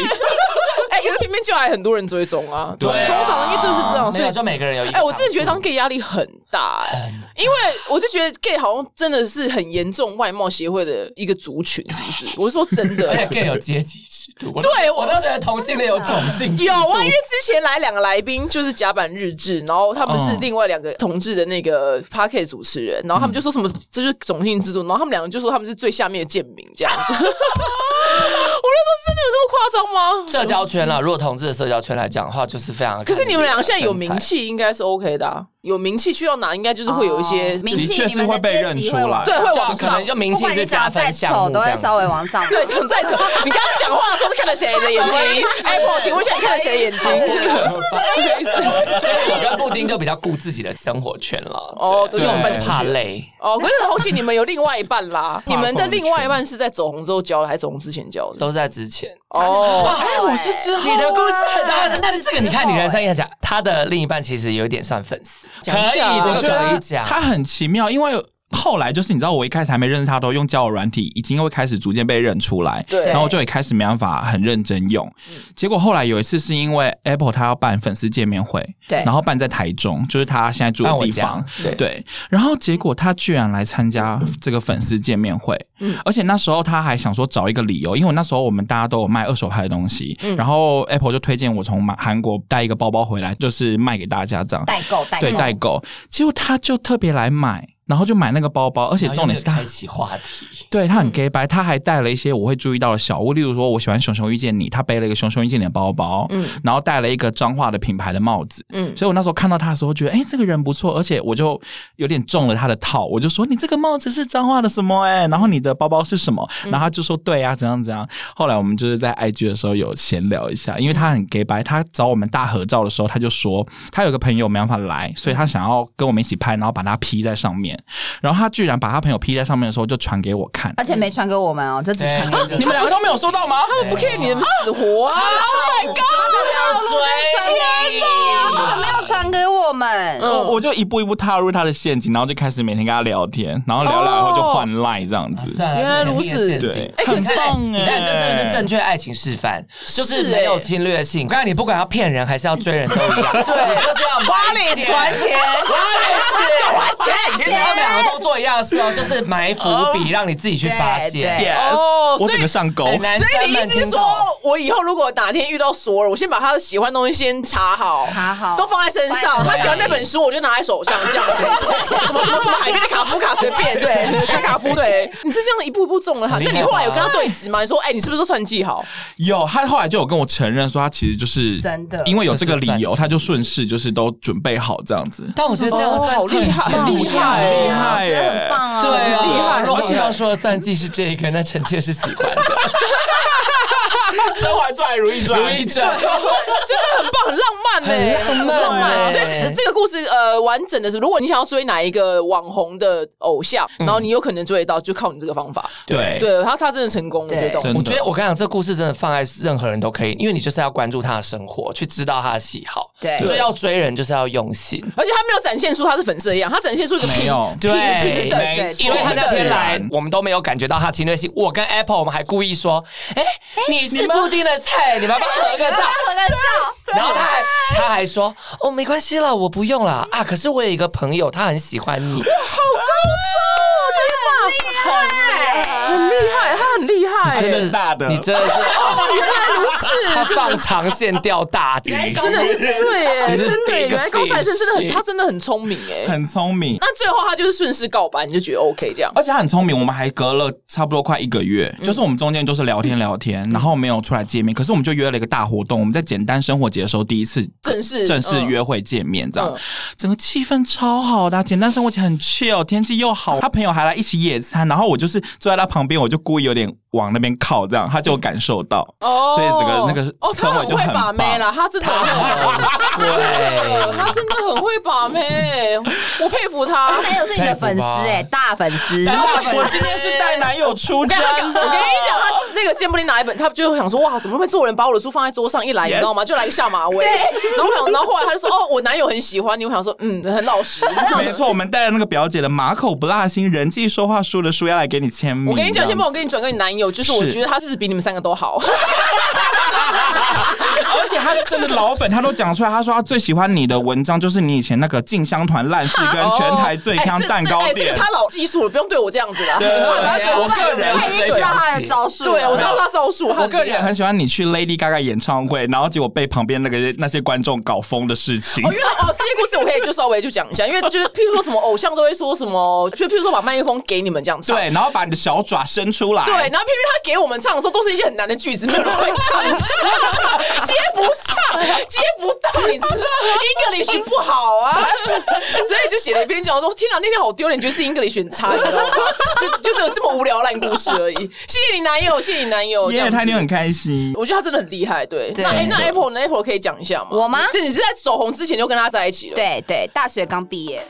Speaker 2: 哎，可是偏偏就还很多人追踪啊。
Speaker 6: 对啊
Speaker 2: 通常因为就是这样，
Speaker 1: 没
Speaker 2: 哦所以
Speaker 1: 有就每个人有一个。
Speaker 2: 哎、我真的觉得当 gay 压力很大、哎，因为我就觉得 gay 好像真的是很严重外貌协会的一个族群，是不是？我是说真 的哎
Speaker 1: 而。且更有阶级制度。我
Speaker 2: 对我
Speaker 1: 我都觉得同性恋有种性制
Speaker 2: 有
Speaker 1: 度。
Speaker 2: 啊，因为之前来两个来宾就是甲板日志，然后他们是
Speaker 6: 嗯
Speaker 2: 另外两个同志的那个 p a r k e t 主持人，然后他们就说什么这就是种姓制度，然后他们两个就说他们是最下面的贱民这样子。我就 说真的有这么夸张吗？
Speaker 1: 社交圈啊啦，如果同志的社交圈来讲的话，就是非常看
Speaker 2: 可
Speaker 1: 脸的身材。
Speaker 2: 是你们两个现在有名气，应该是 OK 的、啊，有名气去到哪应该就是会有一些
Speaker 5: 哦名
Speaker 6: 的
Speaker 5: 气
Speaker 6: 确是
Speaker 5: 你们的
Speaker 6: 会被
Speaker 5: 阶
Speaker 6: 认
Speaker 5: 级
Speaker 6: 出
Speaker 5: 会往
Speaker 6: 来
Speaker 2: 对会
Speaker 1: 对啊，
Speaker 2: 往
Speaker 1: 可
Speaker 2: 上
Speaker 1: 能，就名
Speaker 5: 不
Speaker 1: 气
Speaker 5: 管
Speaker 1: 是
Speaker 5: 你长
Speaker 1: 加
Speaker 5: 得再
Speaker 1: 分项
Speaker 5: 丑，
Speaker 1: 目，
Speaker 5: 都会稍微。往上。
Speaker 2: 对，从在什 么？你刚刚讲话的时候是看了谁的眼睛？哎，我请问一下，你看了谁的眼睛？
Speaker 1: 好可怕！所以我刚布丁就比较顾自己的生活圈了。
Speaker 2: 哦
Speaker 1: 对
Speaker 2: 对
Speaker 1: 因为我
Speaker 6: 对
Speaker 1: 们怕累。
Speaker 2: 哦，可是后期你们有另外一半 啦，
Speaker 6: 跨
Speaker 2: 你们的
Speaker 6: 朋友
Speaker 2: 另外一
Speaker 6: 圈
Speaker 2: 半是在走红之后交的，还是走红之前 交的？
Speaker 1: 都在之前，
Speaker 2: 哦，
Speaker 5: 哎，我是之
Speaker 1: 你的故事很大，
Speaker 5: 啊
Speaker 1: 但是这个你看，你人生也讲，他的另一半其实有一点算粉丝，
Speaker 2: 讲一下啊
Speaker 1: 可以
Speaker 6: 我
Speaker 1: 这
Speaker 6: 觉
Speaker 1: 个可
Speaker 6: 得
Speaker 1: 以讲。
Speaker 6: 他很奇妙，因为后来就是你知道，我一开始还没认识他，都用交友软体，已经会开始逐渐被认出来。
Speaker 2: 对
Speaker 6: 然后我就也开始没办法很认真用。
Speaker 1: 嗯
Speaker 6: 结果后来有一次是因为 Apple 他要办粉丝见面会，
Speaker 5: 对
Speaker 6: 然后办在台中，就是他现在住的
Speaker 1: 按我
Speaker 6: 地
Speaker 1: 讲
Speaker 6: 方。，
Speaker 1: 对
Speaker 6: 对，然后结果他居然来参加这个粉丝见面会，
Speaker 2: 嗯
Speaker 6: 而且那时候他还想说找一个理由，因为我那时候我们大家都有卖二手拍的东西，然后 Apple 就推荐我从马韩国带一个包包回来，就是卖给大家这样，
Speaker 5: 代购代
Speaker 6: 对 代购，结果他就特别来买，然后就买那个包包，而且重点是
Speaker 1: 然后
Speaker 6: 他
Speaker 1: 又开。启话题，
Speaker 6: 对他很 gay 白，他还带了一些我会注意到的小物，例如说我喜欢熊熊遇见你，他背了一个熊熊遇见你的包包，
Speaker 2: 嗯
Speaker 6: 然后戴了一个彰化的品牌的帽子，
Speaker 2: 嗯，
Speaker 6: 所以我那时候看到他的时候，觉得哎、诶这个人不错，而且我就有点中了他的套，我就说你这个帽子是彰化的什么、诶哎，然后你的包包是什么？然后他就说对啊，怎样怎样。后来我们就是在 IG 的时候有闲聊一下，因为他很 gay 白，他找我们大合照的时候，他就说他有个朋友没办法来，所以他想要跟我们一起拍，然后把他 P 在上面。然后他居然把他朋友 P 在上面的时候，就传给我看。
Speaker 5: 而且没传给我们哦，就只传给
Speaker 1: 对
Speaker 6: 你们两个都没有收到吗？
Speaker 2: 他们不 care 你的死活 啊！
Speaker 1: Oh my god！
Speaker 5: 他没有传给我们。
Speaker 2: 嗯
Speaker 6: 我我就一步一步踏入他的陷阱，然后就开始每天跟他聊天，然后聊聊以后就换赖这样子。
Speaker 2: 原来如此
Speaker 6: 对
Speaker 1: 哎，可是
Speaker 6: 很棒
Speaker 1: 你看
Speaker 6: 哎
Speaker 1: 这是不是正确爱情示范？就是没有侵略性。刚才你不管要骗人还是要追人都一样，对，就是要花里存钱，花里存钱。其实他们两个都做一样的事哦，就是埋伏笔，让你自己去发
Speaker 5: 对对
Speaker 1: 现。
Speaker 6: Yes，、
Speaker 2: 哦
Speaker 6: 我
Speaker 2: 所以
Speaker 6: 整个上钩。
Speaker 1: 很难
Speaker 2: 所以你意思是
Speaker 1: 男生们听
Speaker 2: 说
Speaker 1: 懂，
Speaker 2: 我以后如果哪天遇到索尔，我先把他的喜欢的东西先查好，
Speaker 5: 查好
Speaker 2: 都放在身上。
Speaker 5: 放
Speaker 2: 他
Speaker 5: 在身上
Speaker 2: 喜欢那本书，我就拿在手上，这样子。什么什么什么海边的卡夫卡随便，对，卡卡夫对。你是这样一步一步中了他。
Speaker 1: 很厉
Speaker 2: 那
Speaker 1: 害吧
Speaker 2: 你后来有跟他对质吗？你说，哎，你是不是都算计好？
Speaker 6: 有，他后来就有跟我承认说，他其实就是
Speaker 5: 真的
Speaker 6: 因为有这个理
Speaker 1: 这是算
Speaker 6: 由，
Speaker 1: 计
Speaker 6: 他就顺势就是都准备好这样子。
Speaker 1: 但我觉得这样
Speaker 2: 哦
Speaker 1: 算
Speaker 2: 好厉害，很厉害，
Speaker 6: 厉害
Speaker 5: 我觉得很棒
Speaker 1: 哦
Speaker 5: 啊！
Speaker 1: 对啊，
Speaker 2: 厉害
Speaker 1: 如果上说的算计是这个，那臣妾是喜欢 的。
Speaker 6: 《甄嬛传》《如懿
Speaker 2: 啊
Speaker 6: 传
Speaker 1: 如懿传，
Speaker 2: 真的很棒，很浪漫呢、
Speaker 1: 很浪漫欸
Speaker 2: 所以这这个故事呃，完整的是，如果你想要追哪一个网红的偶像，然后你有可能追得到，就靠你这个方法。
Speaker 6: 对
Speaker 2: 对，然后他真的成功了，这
Speaker 5: 对
Speaker 2: 种
Speaker 6: 真的
Speaker 1: 我觉得我跟你讲，这故事真的放在任何人都可以，因为你就是要关注他的生活，去知道他的喜好。
Speaker 5: 对
Speaker 1: 所以要追人就是要用心。
Speaker 2: 而且他没有展现出他是粉丝的样，他展现出一个
Speaker 6: 没有
Speaker 2: 平
Speaker 1: 对
Speaker 2: 平的。
Speaker 5: 对
Speaker 6: 没错
Speaker 1: 因为他那天来
Speaker 6: 自然，
Speaker 1: 我们都没有感觉到他侵略性。我跟 Apple，我们还故意说：“哎、你是布丁的菜，你们要不要合个照
Speaker 5: 合个照，？”
Speaker 1: 然后他还他还说：“哦，没关系啦，我不用啦。啊，可是我有一个朋友，他很喜欢你。
Speaker 2: 很厉害，他很厉害、
Speaker 1: 真的
Speaker 2: 欸
Speaker 1: 是
Speaker 6: 正大的
Speaker 1: 你真的是，哦、
Speaker 2: 原来如
Speaker 1: 他
Speaker 2: 此，
Speaker 1: 放长线钓大 鱼，
Speaker 2: 真的是对耶，
Speaker 1: 你是
Speaker 2: 真的耶，
Speaker 1: big
Speaker 2: 原来高材生真的很，
Speaker 1: fish
Speaker 2: 他真的很聪明哎。
Speaker 6: 很聪明，
Speaker 2: 那最后他就是顺势告白，你就觉得 OK 这样。
Speaker 6: 而且他很聪明。我们还隔了差不多快一个月，
Speaker 1: 嗯
Speaker 6: 就是我们中间就是聊天聊天，然后没有出来见面，可是我们就约了一个大活动，我们在简单生活节的时候第一次
Speaker 2: 正式
Speaker 6: 正式
Speaker 2: 嗯
Speaker 6: 约会见面，这样
Speaker 2: 嗯
Speaker 6: 整个气氛超好的啊、简单生活节很 chill，天气又好，他朋友还来一起野餐，然后我就是坐在他旁边，我就故意有点往那边靠，这样他就有感受到，
Speaker 2: 哦
Speaker 6: 所以整个那个
Speaker 2: 哦，他
Speaker 6: 氛围
Speaker 2: 很
Speaker 6: 就
Speaker 2: 会
Speaker 6: 很
Speaker 2: 把
Speaker 6: 棒。
Speaker 2: 妹啦，他真的很会，
Speaker 1: 对，
Speaker 2: 他 真的很会把妹，我佩服他。
Speaker 5: 还有是你的粉丝哎，大粉丝，
Speaker 6: 然后
Speaker 2: 嗯
Speaker 6: 我今天是带男友出 征
Speaker 2: 我跟
Speaker 6: 的，
Speaker 2: 你讲，他那个健步林拿一本，他就想说哇，怎么会做人把我的书放在桌上一来，你知道吗？就来个下马威。然后我想，然后后来他就说哦，我男友很喜欢你。我想说，嗯，很老实。
Speaker 6: 没错，我们带了那个表姐的马口不辣心人际说话书的书要来给你签名。
Speaker 2: 我跟你讲，
Speaker 6: 这
Speaker 2: 先
Speaker 6: 样
Speaker 2: 帮我给你转给你男友，就是我
Speaker 6: 是
Speaker 2: 觉得他是比你们三个都好。
Speaker 6: 而且他是真的老粉，他都讲出来，他说他最喜欢你的文章就是你以前那个进香团烂事跟全台最香蛋糕
Speaker 2: 哎这哎这
Speaker 6: 店
Speaker 2: 个。他老技术了，不用对我这样子啦。
Speaker 6: 对
Speaker 2: 他只有
Speaker 6: 我个人
Speaker 5: 他已经知道他的招数了，
Speaker 2: 对我知道他招数，他
Speaker 6: 我
Speaker 2: 很
Speaker 6: 个
Speaker 2: 厉害
Speaker 6: 人很喜欢你去 Lady Gaga 演唱会，然后结果被旁边那个那些观众搞疯的事情。
Speaker 2: 因为哦，这些故事我可以就稍微就讲一下，因为就是譬如说什么偶像都会说什么，就譬如说把麦克风给你们这样唱。
Speaker 6: 对，然后把你的小爪伸出来。
Speaker 2: 对，然后偏偏他给我们唱的时候，都是一些很难的句子，没有人会唱的。接不上，接不到，你知道 English 不好啊，所以就写了一篇讲说，天哪，那天好丢脸，觉得自己 English 很差，你知道吗？就就只有这么无聊烂故事而已。谢谢你男友，谢谢你男友，
Speaker 6: 耶，
Speaker 2: 这样
Speaker 6: 他一
Speaker 2: 子
Speaker 6: 定很开心。
Speaker 2: 我觉得他真的很厉害，对。
Speaker 5: 对
Speaker 2: 那哎那
Speaker 6: 真的，
Speaker 2: Apple 呢？Apple 可以讲一下吗？
Speaker 5: 我吗
Speaker 2: 这你是在走红之前就跟他在一起了？。
Speaker 5: 对对，大学刚毕业，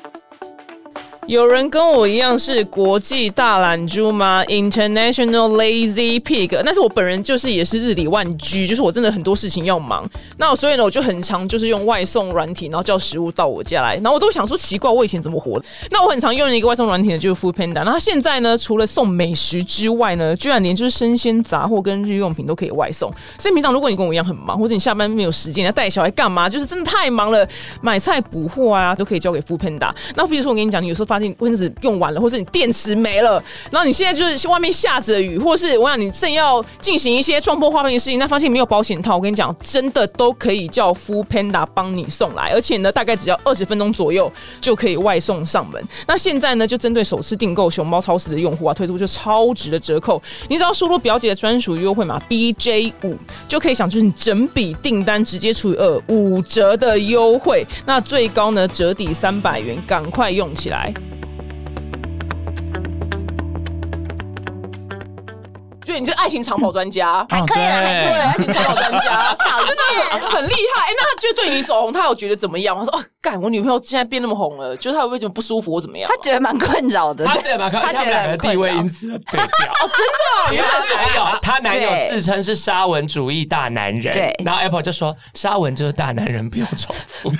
Speaker 8: 有人跟我一样是国际大懒猪吗？International Lazy Pig，但是我本人就是也是日理万机，就是我真的很多事情要忙。那所以呢，我就很常就是用外送软体，然后叫食物到我家来，然后我都想说奇怪，我以前怎么活的？那我很常用的一个外送软体呢，就是 Food Panda。那它现在呢，除了送美食之外呢，居然连就是生鲜杂货跟日用品都可以外送。所以平常如果你跟我一样很忙，或者你下班没有时间，你要带小孩干嘛？就是真的太忙了，买菜补货啊，都可以交给 Food Panda。那比如说我跟你讲，你有时候发现温子用完了，或是你电池没了，然后你现在就是外面下着雨，或是我想你正要进行一些撞破花瓶的事情，那发现没有保险套，我跟你讲，真的都可以叫 Food Panda 帮你送来，而且呢，大概只要二十分钟左右就可以外送上门。那现在呢，就针对首次订购熊猫超市的用户啊，推出就超值的折扣，你只要输入表姐的专属优惠码 BJ 五，就可以享受你整笔订单直接除以二五折的优惠。那最高呢折抵三百元，赶快用起来！
Speaker 2: 对，你就爱情长跑专家
Speaker 6: 哦，
Speaker 5: 可以啊还可
Speaker 2: 对，
Speaker 6: 对
Speaker 2: 爱情长跑专家，
Speaker 5: 讨
Speaker 2: 真的很很厉害。哎那他就对你走红，他有觉得怎么样？他说：“哦，干，我女朋友现在变那么红了，就是她会不会觉得不舒服或怎么样
Speaker 5: 他觉得蛮困扰的。
Speaker 1: 他
Speaker 5: 对
Speaker 1: 觉得蛮高兴，
Speaker 5: 他觉
Speaker 1: 他
Speaker 5: 得
Speaker 1: 们两个地位因此而对调。哦，真 的，原来是男友，她男友
Speaker 5: 对
Speaker 1: 自称是沙文主义大男人，
Speaker 5: 对
Speaker 1: 然后 Apple 就说沙文就是大男人，不用重复。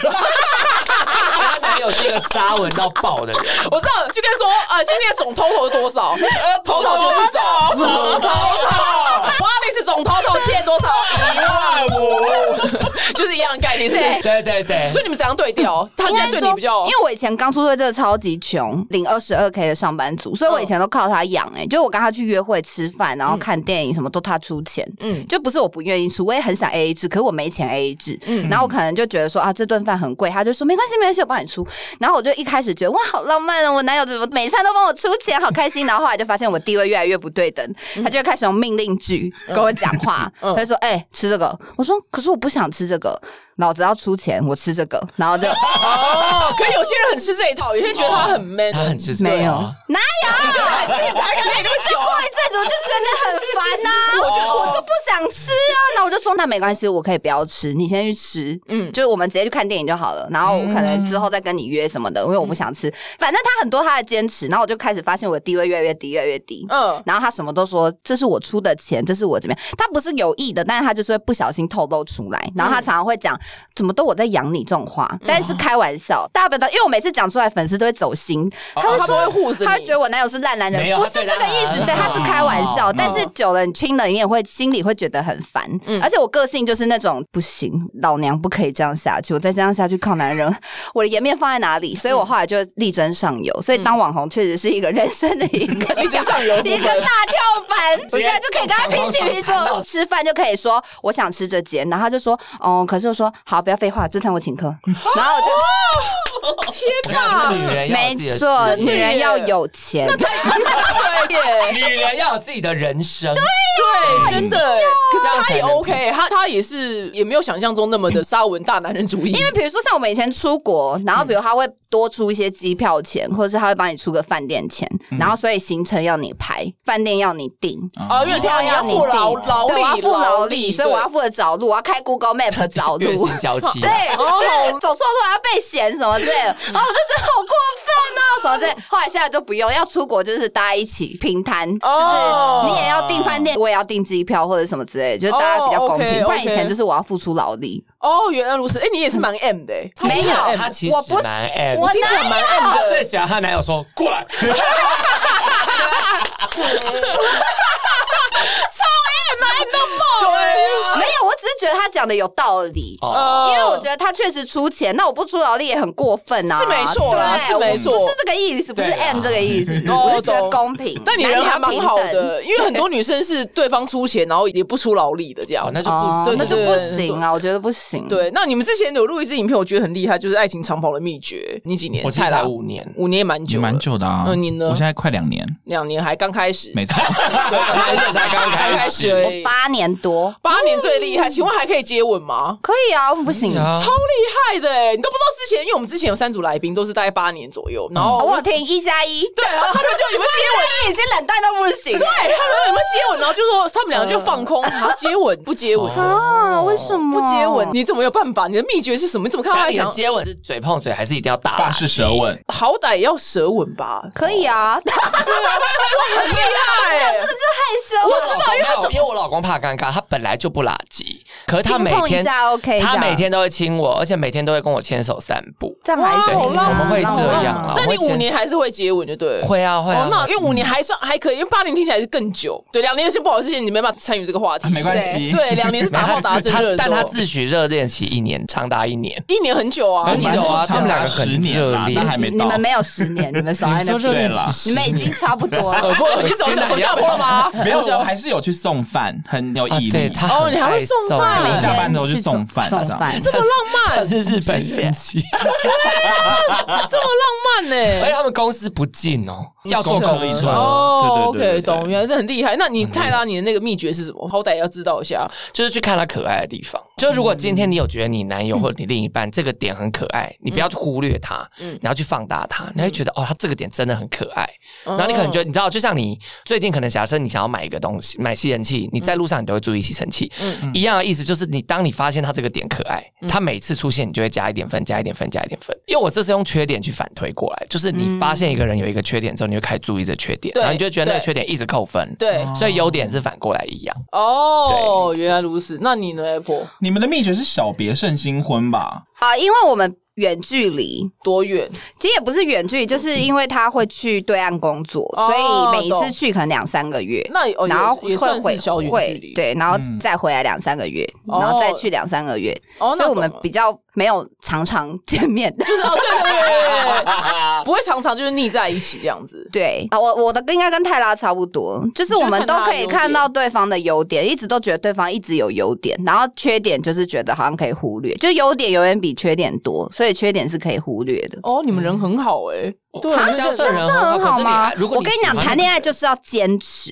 Speaker 1: 她男友是一个沙文到爆的人，？”
Speaker 2: 我知道，就跟说啊，今天的总 total 是多少？呃，头头就是总总 total，花妹是总 total 欠多少？一万五， 就是一样的概念，是不是？
Speaker 1: 对对对
Speaker 2: 所，以你们怎样对调？他
Speaker 5: 应
Speaker 2: 现在
Speaker 5: 该
Speaker 2: 对
Speaker 5: 说，
Speaker 2: 你比较
Speaker 5: 因为我以前刚出社会，真的超级穷，领二十二 k 的上班族，所以
Speaker 2: 嗯
Speaker 5: 我以前都靠他养。哎，就我跟他去约会、吃饭，然后看电影，什么都他出钱。
Speaker 2: 嗯，
Speaker 5: 就不是我不愿意出，我也很想 A A 制，可是我没钱 A A 制。
Speaker 2: 嗯
Speaker 5: 然后我可能就觉得说啊，这顿饭很贵，他就说没关系，没关系，我帮你出。然后我就一开始觉得哇，好浪漫哦，我男友怎么每餐都帮我出钱，好开 心。然后后来就发现我地位越来越不对等，他就开始用命令句跟我讲话，
Speaker 2: 嗯
Speaker 5: 他就说哎、吃这个，我说可是我不想吃这个，老子要出钱，我吃这个，然后就
Speaker 2: 哦，可有些人很吃这一套，有些人觉得他很 man，
Speaker 1: 他很执着，
Speaker 5: 没有，啊哪有？
Speaker 2: 就很吃台感那酒
Speaker 5: 过一阵子我就觉得很烦呐、 我就我就不想吃啊，那我就说那没关系，我可以不要吃，你先去吃，
Speaker 2: 嗯
Speaker 5: 嗯，就是我们直接去看电影就好了，然后我可能之后再跟你约什么的，因为我不想吃，反正他很多他的坚持，然后我就开始发现我的地位越来越低，越来越低，
Speaker 2: 嗯，
Speaker 5: 然后他什么都说这是我出的钱，这是我怎么样，他不是有意的，但是他就是会不小心透露出来，然后他常常会讲怎么都我在养你这种话，但是开玩笑，大家不要当，因为我每次讲出来，粉丝都会走心，他会
Speaker 2: 他
Speaker 5: 说
Speaker 2: 们会护着你，
Speaker 5: 他觉得我男友是烂男
Speaker 1: 没
Speaker 5: 人，
Speaker 1: 有
Speaker 5: 不
Speaker 1: 他
Speaker 5: 是
Speaker 1: 对
Speaker 5: 这
Speaker 1: 他
Speaker 5: 个意思，
Speaker 1: 很
Speaker 5: 对，他是开玩笑。但是久了，你亲了，你也会心里会觉得很烦。而且我个性就是那种不行，老娘不可以这样下去，我再这样下去靠男人， 我的颜面放在哪里？所以我后来就力争上游。所以当网红确实是一个 人生的一个
Speaker 2: 一直上游部
Speaker 5: 一个
Speaker 2: 分
Speaker 5: 大。跳板， 我现在就可以跟他平起平坐，吃饭就可以说我想吃这间，然后他就说哦，可是我说好，不要废话，这餐我请客， 然后我就。
Speaker 1: 没有是女人要有
Speaker 5: 没
Speaker 1: 自己的
Speaker 5: 错，
Speaker 1: 事
Speaker 5: 女人要有钱。
Speaker 2: 对耶，
Speaker 1: 女人要有自己的人生，
Speaker 2: 对，
Speaker 5: 哎
Speaker 2: 真的耶。可是他也
Speaker 1: 这样才能
Speaker 2: OK，他他也是也没有想象中那么 的沙文大男人主义，因
Speaker 5: 因为比如说像我们以前出国，然后比如他会多出一些机票钱，或者是他会帮你出个饭店钱，然后所以行程要你排，饭店要你订，
Speaker 2: 啊，因为
Speaker 5: 机票
Speaker 2: 你要
Speaker 5: 你
Speaker 2: 付劳
Speaker 5: 订，
Speaker 2: 劳力，
Speaker 5: 对，我要付劳力，所以我要
Speaker 2: 对
Speaker 5: 负责找路，我要开 Google Map 找
Speaker 1: 月
Speaker 5: 路
Speaker 1: 薪。娇妻，
Speaker 5: 对，
Speaker 2: 哦嗯
Speaker 5: 就是走错路还要被嫌什么之类的，然后我就觉得好过分哦，什么之类的。后来现在就不用，要出国就是大家一起平摊，
Speaker 2: 哦
Speaker 5: 就是你也要订饭店，我也要订机票或者什么之类的，就是大家比较公
Speaker 2: 哦，OK，OK
Speaker 5: 平。不然以前就是我要付出劳力，
Speaker 2: 哦，原来如此。哎，你也是蛮 M 的耶，他是
Speaker 5: 没有
Speaker 2: 很 M
Speaker 1: 哎她其
Speaker 5: 我
Speaker 1: 实
Speaker 5: 不是
Speaker 1: 蛮 M，
Speaker 5: 我
Speaker 2: 听起来蛮 M
Speaker 1: 她最
Speaker 2: 的。
Speaker 1: 喜欢她男友说过来，
Speaker 5: 没有，我只是觉得他讲的有道理。
Speaker 1: 哦，
Speaker 5: 因为我觉得他确实出钱，那我不出劳力也很过分啊，
Speaker 2: 是没错啦
Speaker 5: 对
Speaker 2: 是没错
Speaker 5: 我不是这个意思，不是
Speaker 2: 对啊
Speaker 5: and 这个意思，
Speaker 2: 哦
Speaker 5: 我是觉得
Speaker 2: 懂
Speaker 5: 公平。
Speaker 2: 但你
Speaker 5: 男
Speaker 2: 人
Speaker 5: 女要
Speaker 2: 还蛮
Speaker 5: 平
Speaker 2: 好
Speaker 5: 等
Speaker 2: 的，因为很多女生是对方出钱，然后也不出劳力的这样
Speaker 1: 哦，。那就不
Speaker 5: 哦，
Speaker 1: 是
Speaker 5: 那就
Speaker 2: 对
Speaker 5: 不
Speaker 2: 对对
Speaker 5: 行啊，我觉得不行。
Speaker 2: 对，那你们之前有录一支影片，我觉得很厉害，就是《爱情长跑的秘诀》。你几年？
Speaker 1: 我记得
Speaker 2: 蔡
Speaker 1: 才
Speaker 2: 啦
Speaker 1: 五年，
Speaker 2: 五年也蛮久，
Speaker 6: 蛮，久的啊。
Speaker 2: 嗯你呢
Speaker 6: 我现在快两年，
Speaker 2: 两年还刚开始，
Speaker 6: 没错。
Speaker 2: 对，刚开始
Speaker 1: 才刚开始
Speaker 2: 开始而已，
Speaker 5: 八年多
Speaker 2: 八年最厉害。请问还可以接吻吗？
Speaker 5: 可以啊，不行。
Speaker 1: 啊
Speaker 2: 超厉害的哎！你都不知道之前，因为我们之前有三组来宾都是大概八年左右，然后
Speaker 5: 哦我有
Speaker 2: 就
Speaker 5: 听一加一，
Speaker 2: 对，然后他们就有没有接吻？
Speaker 5: 已经冷淡到不行。对
Speaker 2: 哎，他们有没有接吻？然后就说他们两个就放空，然后接吻不接
Speaker 1: 哦
Speaker 2: 吻？
Speaker 5: 啊，为什么
Speaker 2: 不接吻，？你怎么有办法？你的秘诀是什么？你怎么看到
Speaker 1: 那
Speaker 2: 他
Speaker 1: 你的
Speaker 2: 想
Speaker 1: 接吻是嘴碰嘴，还是一定要打
Speaker 6: 发式舌吻，
Speaker 2: 好歹也要舌吻吧？
Speaker 5: 可以啊，这
Speaker 2: 很厉害欸，
Speaker 5: 个是害羞。
Speaker 1: 我知道，因为因为我老公怕尴尬，他本来就不拉鸡，可是他每
Speaker 5: 轻碰一
Speaker 1: 天
Speaker 5: 下 OK 的
Speaker 1: 他每天都会亲我，而且每天都会跟我牵手散步。
Speaker 5: 这样还行啊，
Speaker 2: 哇好浪漫哦
Speaker 1: 我们会这样
Speaker 5: 啊
Speaker 1: 啊。
Speaker 2: 但你
Speaker 1: 我会
Speaker 2: 五
Speaker 1: 牵
Speaker 2: 年还是会接吻，就对了。
Speaker 1: 会啊会啊
Speaker 2: 哦，，那因为
Speaker 6: 嗯
Speaker 2: 五年还算还可以，因为八年听起来是更久。对，两年有些不好的事情，你没办法参与这个话题。
Speaker 6: 啊没关系。
Speaker 2: 啊对，两年是打炮
Speaker 1: 他
Speaker 2: 打到最热的时
Speaker 1: 但
Speaker 2: 候，
Speaker 1: 他自诩热恋期一年，长达一年。
Speaker 2: 一年很久啊，
Speaker 1: 很久啊他们两个很
Speaker 6: 十年啦
Speaker 1: 热，烈
Speaker 6: 但还没
Speaker 5: 你
Speaker 6: 到。
Speaker 5: 们没有十年，你们少在那
Speaker 1: 你说热
Speaker 5: 边
Speaker 6: 恋期
Speaker 5: 你们已经差不多了。
Speaker 1: 不
Speaker 2: 啊你 走下走下坡了吗？
Speaker 6: 没有，啊我还是有去送饭，很有
Speaker 1: 啊
Speaker 6: 毅，
Speaker 1: 对
Speaker 6: 力。
Speaker 1: 他
Speaker 2: 哦你还会
Speaker 1: 很爱
Speaker 2: 送
Speaker 5: 他
Speaker 2: 饭
Speaker 5: 每
Speaker 6: 对
Speaker 5: 天
Speaker 6: 下班的时候去
Speaker 5: 去
Speaker 6: 送饭
Speaker 5: 送
Speaker 6: 这样
Speaker 5: 饭。
Speaker 2: 这么浪漫，
Speaker 1: 是日本
Speaker 6: 神
Speaker 1: 妻，
Speaker 2: 这么浪漫
Speaker 1: 而且
Speaker 2: 呢？
Speaker 1: 他们公司不近哦，要坐
Speaker 6: 公哎车
Speaker 1: 公
Speaker 6: 一
Speaker 1: 车
Speaker 6: 车
Speaker 2: 哦
Speaker 6: 对对
Speaker 2: ，OK，
Speaker 6: 对对
Speaker 2: 懂，原来这很厉害。那你泰拉，你的那个秘诀是什么？好歹要知道一下。
Speaker 1: 就是去看他可爱的地方。就如果今天你有觉得你男友或者你另一半这个点很可爱，你不要去忽略他，
Speaker 2: 嗯
Speaker 1: 嗯，然后去放大他，你会觉得哦，他这个点真的很可爱。
Speaker 2: 然
Speaker 6: 嗯
Speaker 1: 然后你可能觉得，你知道，就像你最近可能假设你想要买一个东西，买吸尘器，你在路上你都会注意吸尘器，
Speaker 2: 嗯
Speaker 1: 一样的意思就是你当你发现他这个点可爱，他每次出现你就会加一点分，加一点分，加一点分。因为我这是用缺点去反推过来，就是你发现一个人有一个缺点之后，你就开始注意这缺点，
Speaker 2: 对
Speaker 1: 然后你就会觉得那个
Speaker 2: 对
Speaker 1: 缺点一直扣分。
Speaker 2: 对
Speaker 1: 所以优点是反过来一样。
Speaker 2: 哦，原来如此。那你哦呢，Apple
Speaker 6: 你们的秘诀是小别胜新婚吧？
Speaker 5: 好，因为我们远距离，
Speaker 2: 多远？
Speaker 5: 其实也不是远距离，就是因为他会去对岸工作，
Speaker 2: 哦
Speaker 5: 所以每一
Speaker 2: 懂
Speaker 5: 次去可能两三个月。
Speaker 2: 那哦，也
Speaker 5: 然后
Speaker 2: 也
Speaker 5: 会
Speaker 2: 算
Speaker 5: 回
Speaker 2: 是小远距
Speaker 5: 会
Speaker 2: 离。，
Speaker 5: 对，然后
Speaker 6: 嗯
Speaker 5: 再回来两三个月，
Speaker 2: 哦
Speaker 5: 然后再去两三个月，
Speaker 2: 哦，那
Speaker 5: 所以我们
Speaker 2: 懂了
Speaker 5: 比较没有常常 见面。
Speaker 2: 就是哦，对对对对对， 不会常常就是腻在一起这样子。
Speaker 5: 对啊，我我的应该跟泰拉差不多，就是我们都可以看到对方的优点，一直都觉得对方一直有优点，然后缺点就是觉得好像可以忽略，就优点永远比缺点多，所以缺点是可以忽略的。
Speaker 2: 哦，你们人很好哎、
Speaker 5: 嗯
Speaker 2: 对，
Speaker 1: 这样算人
Speaker 5: 这样很好吗？
Speaker 1: 如果
Speaker 5: 我跟你讲，谈恋爱就是要坚持，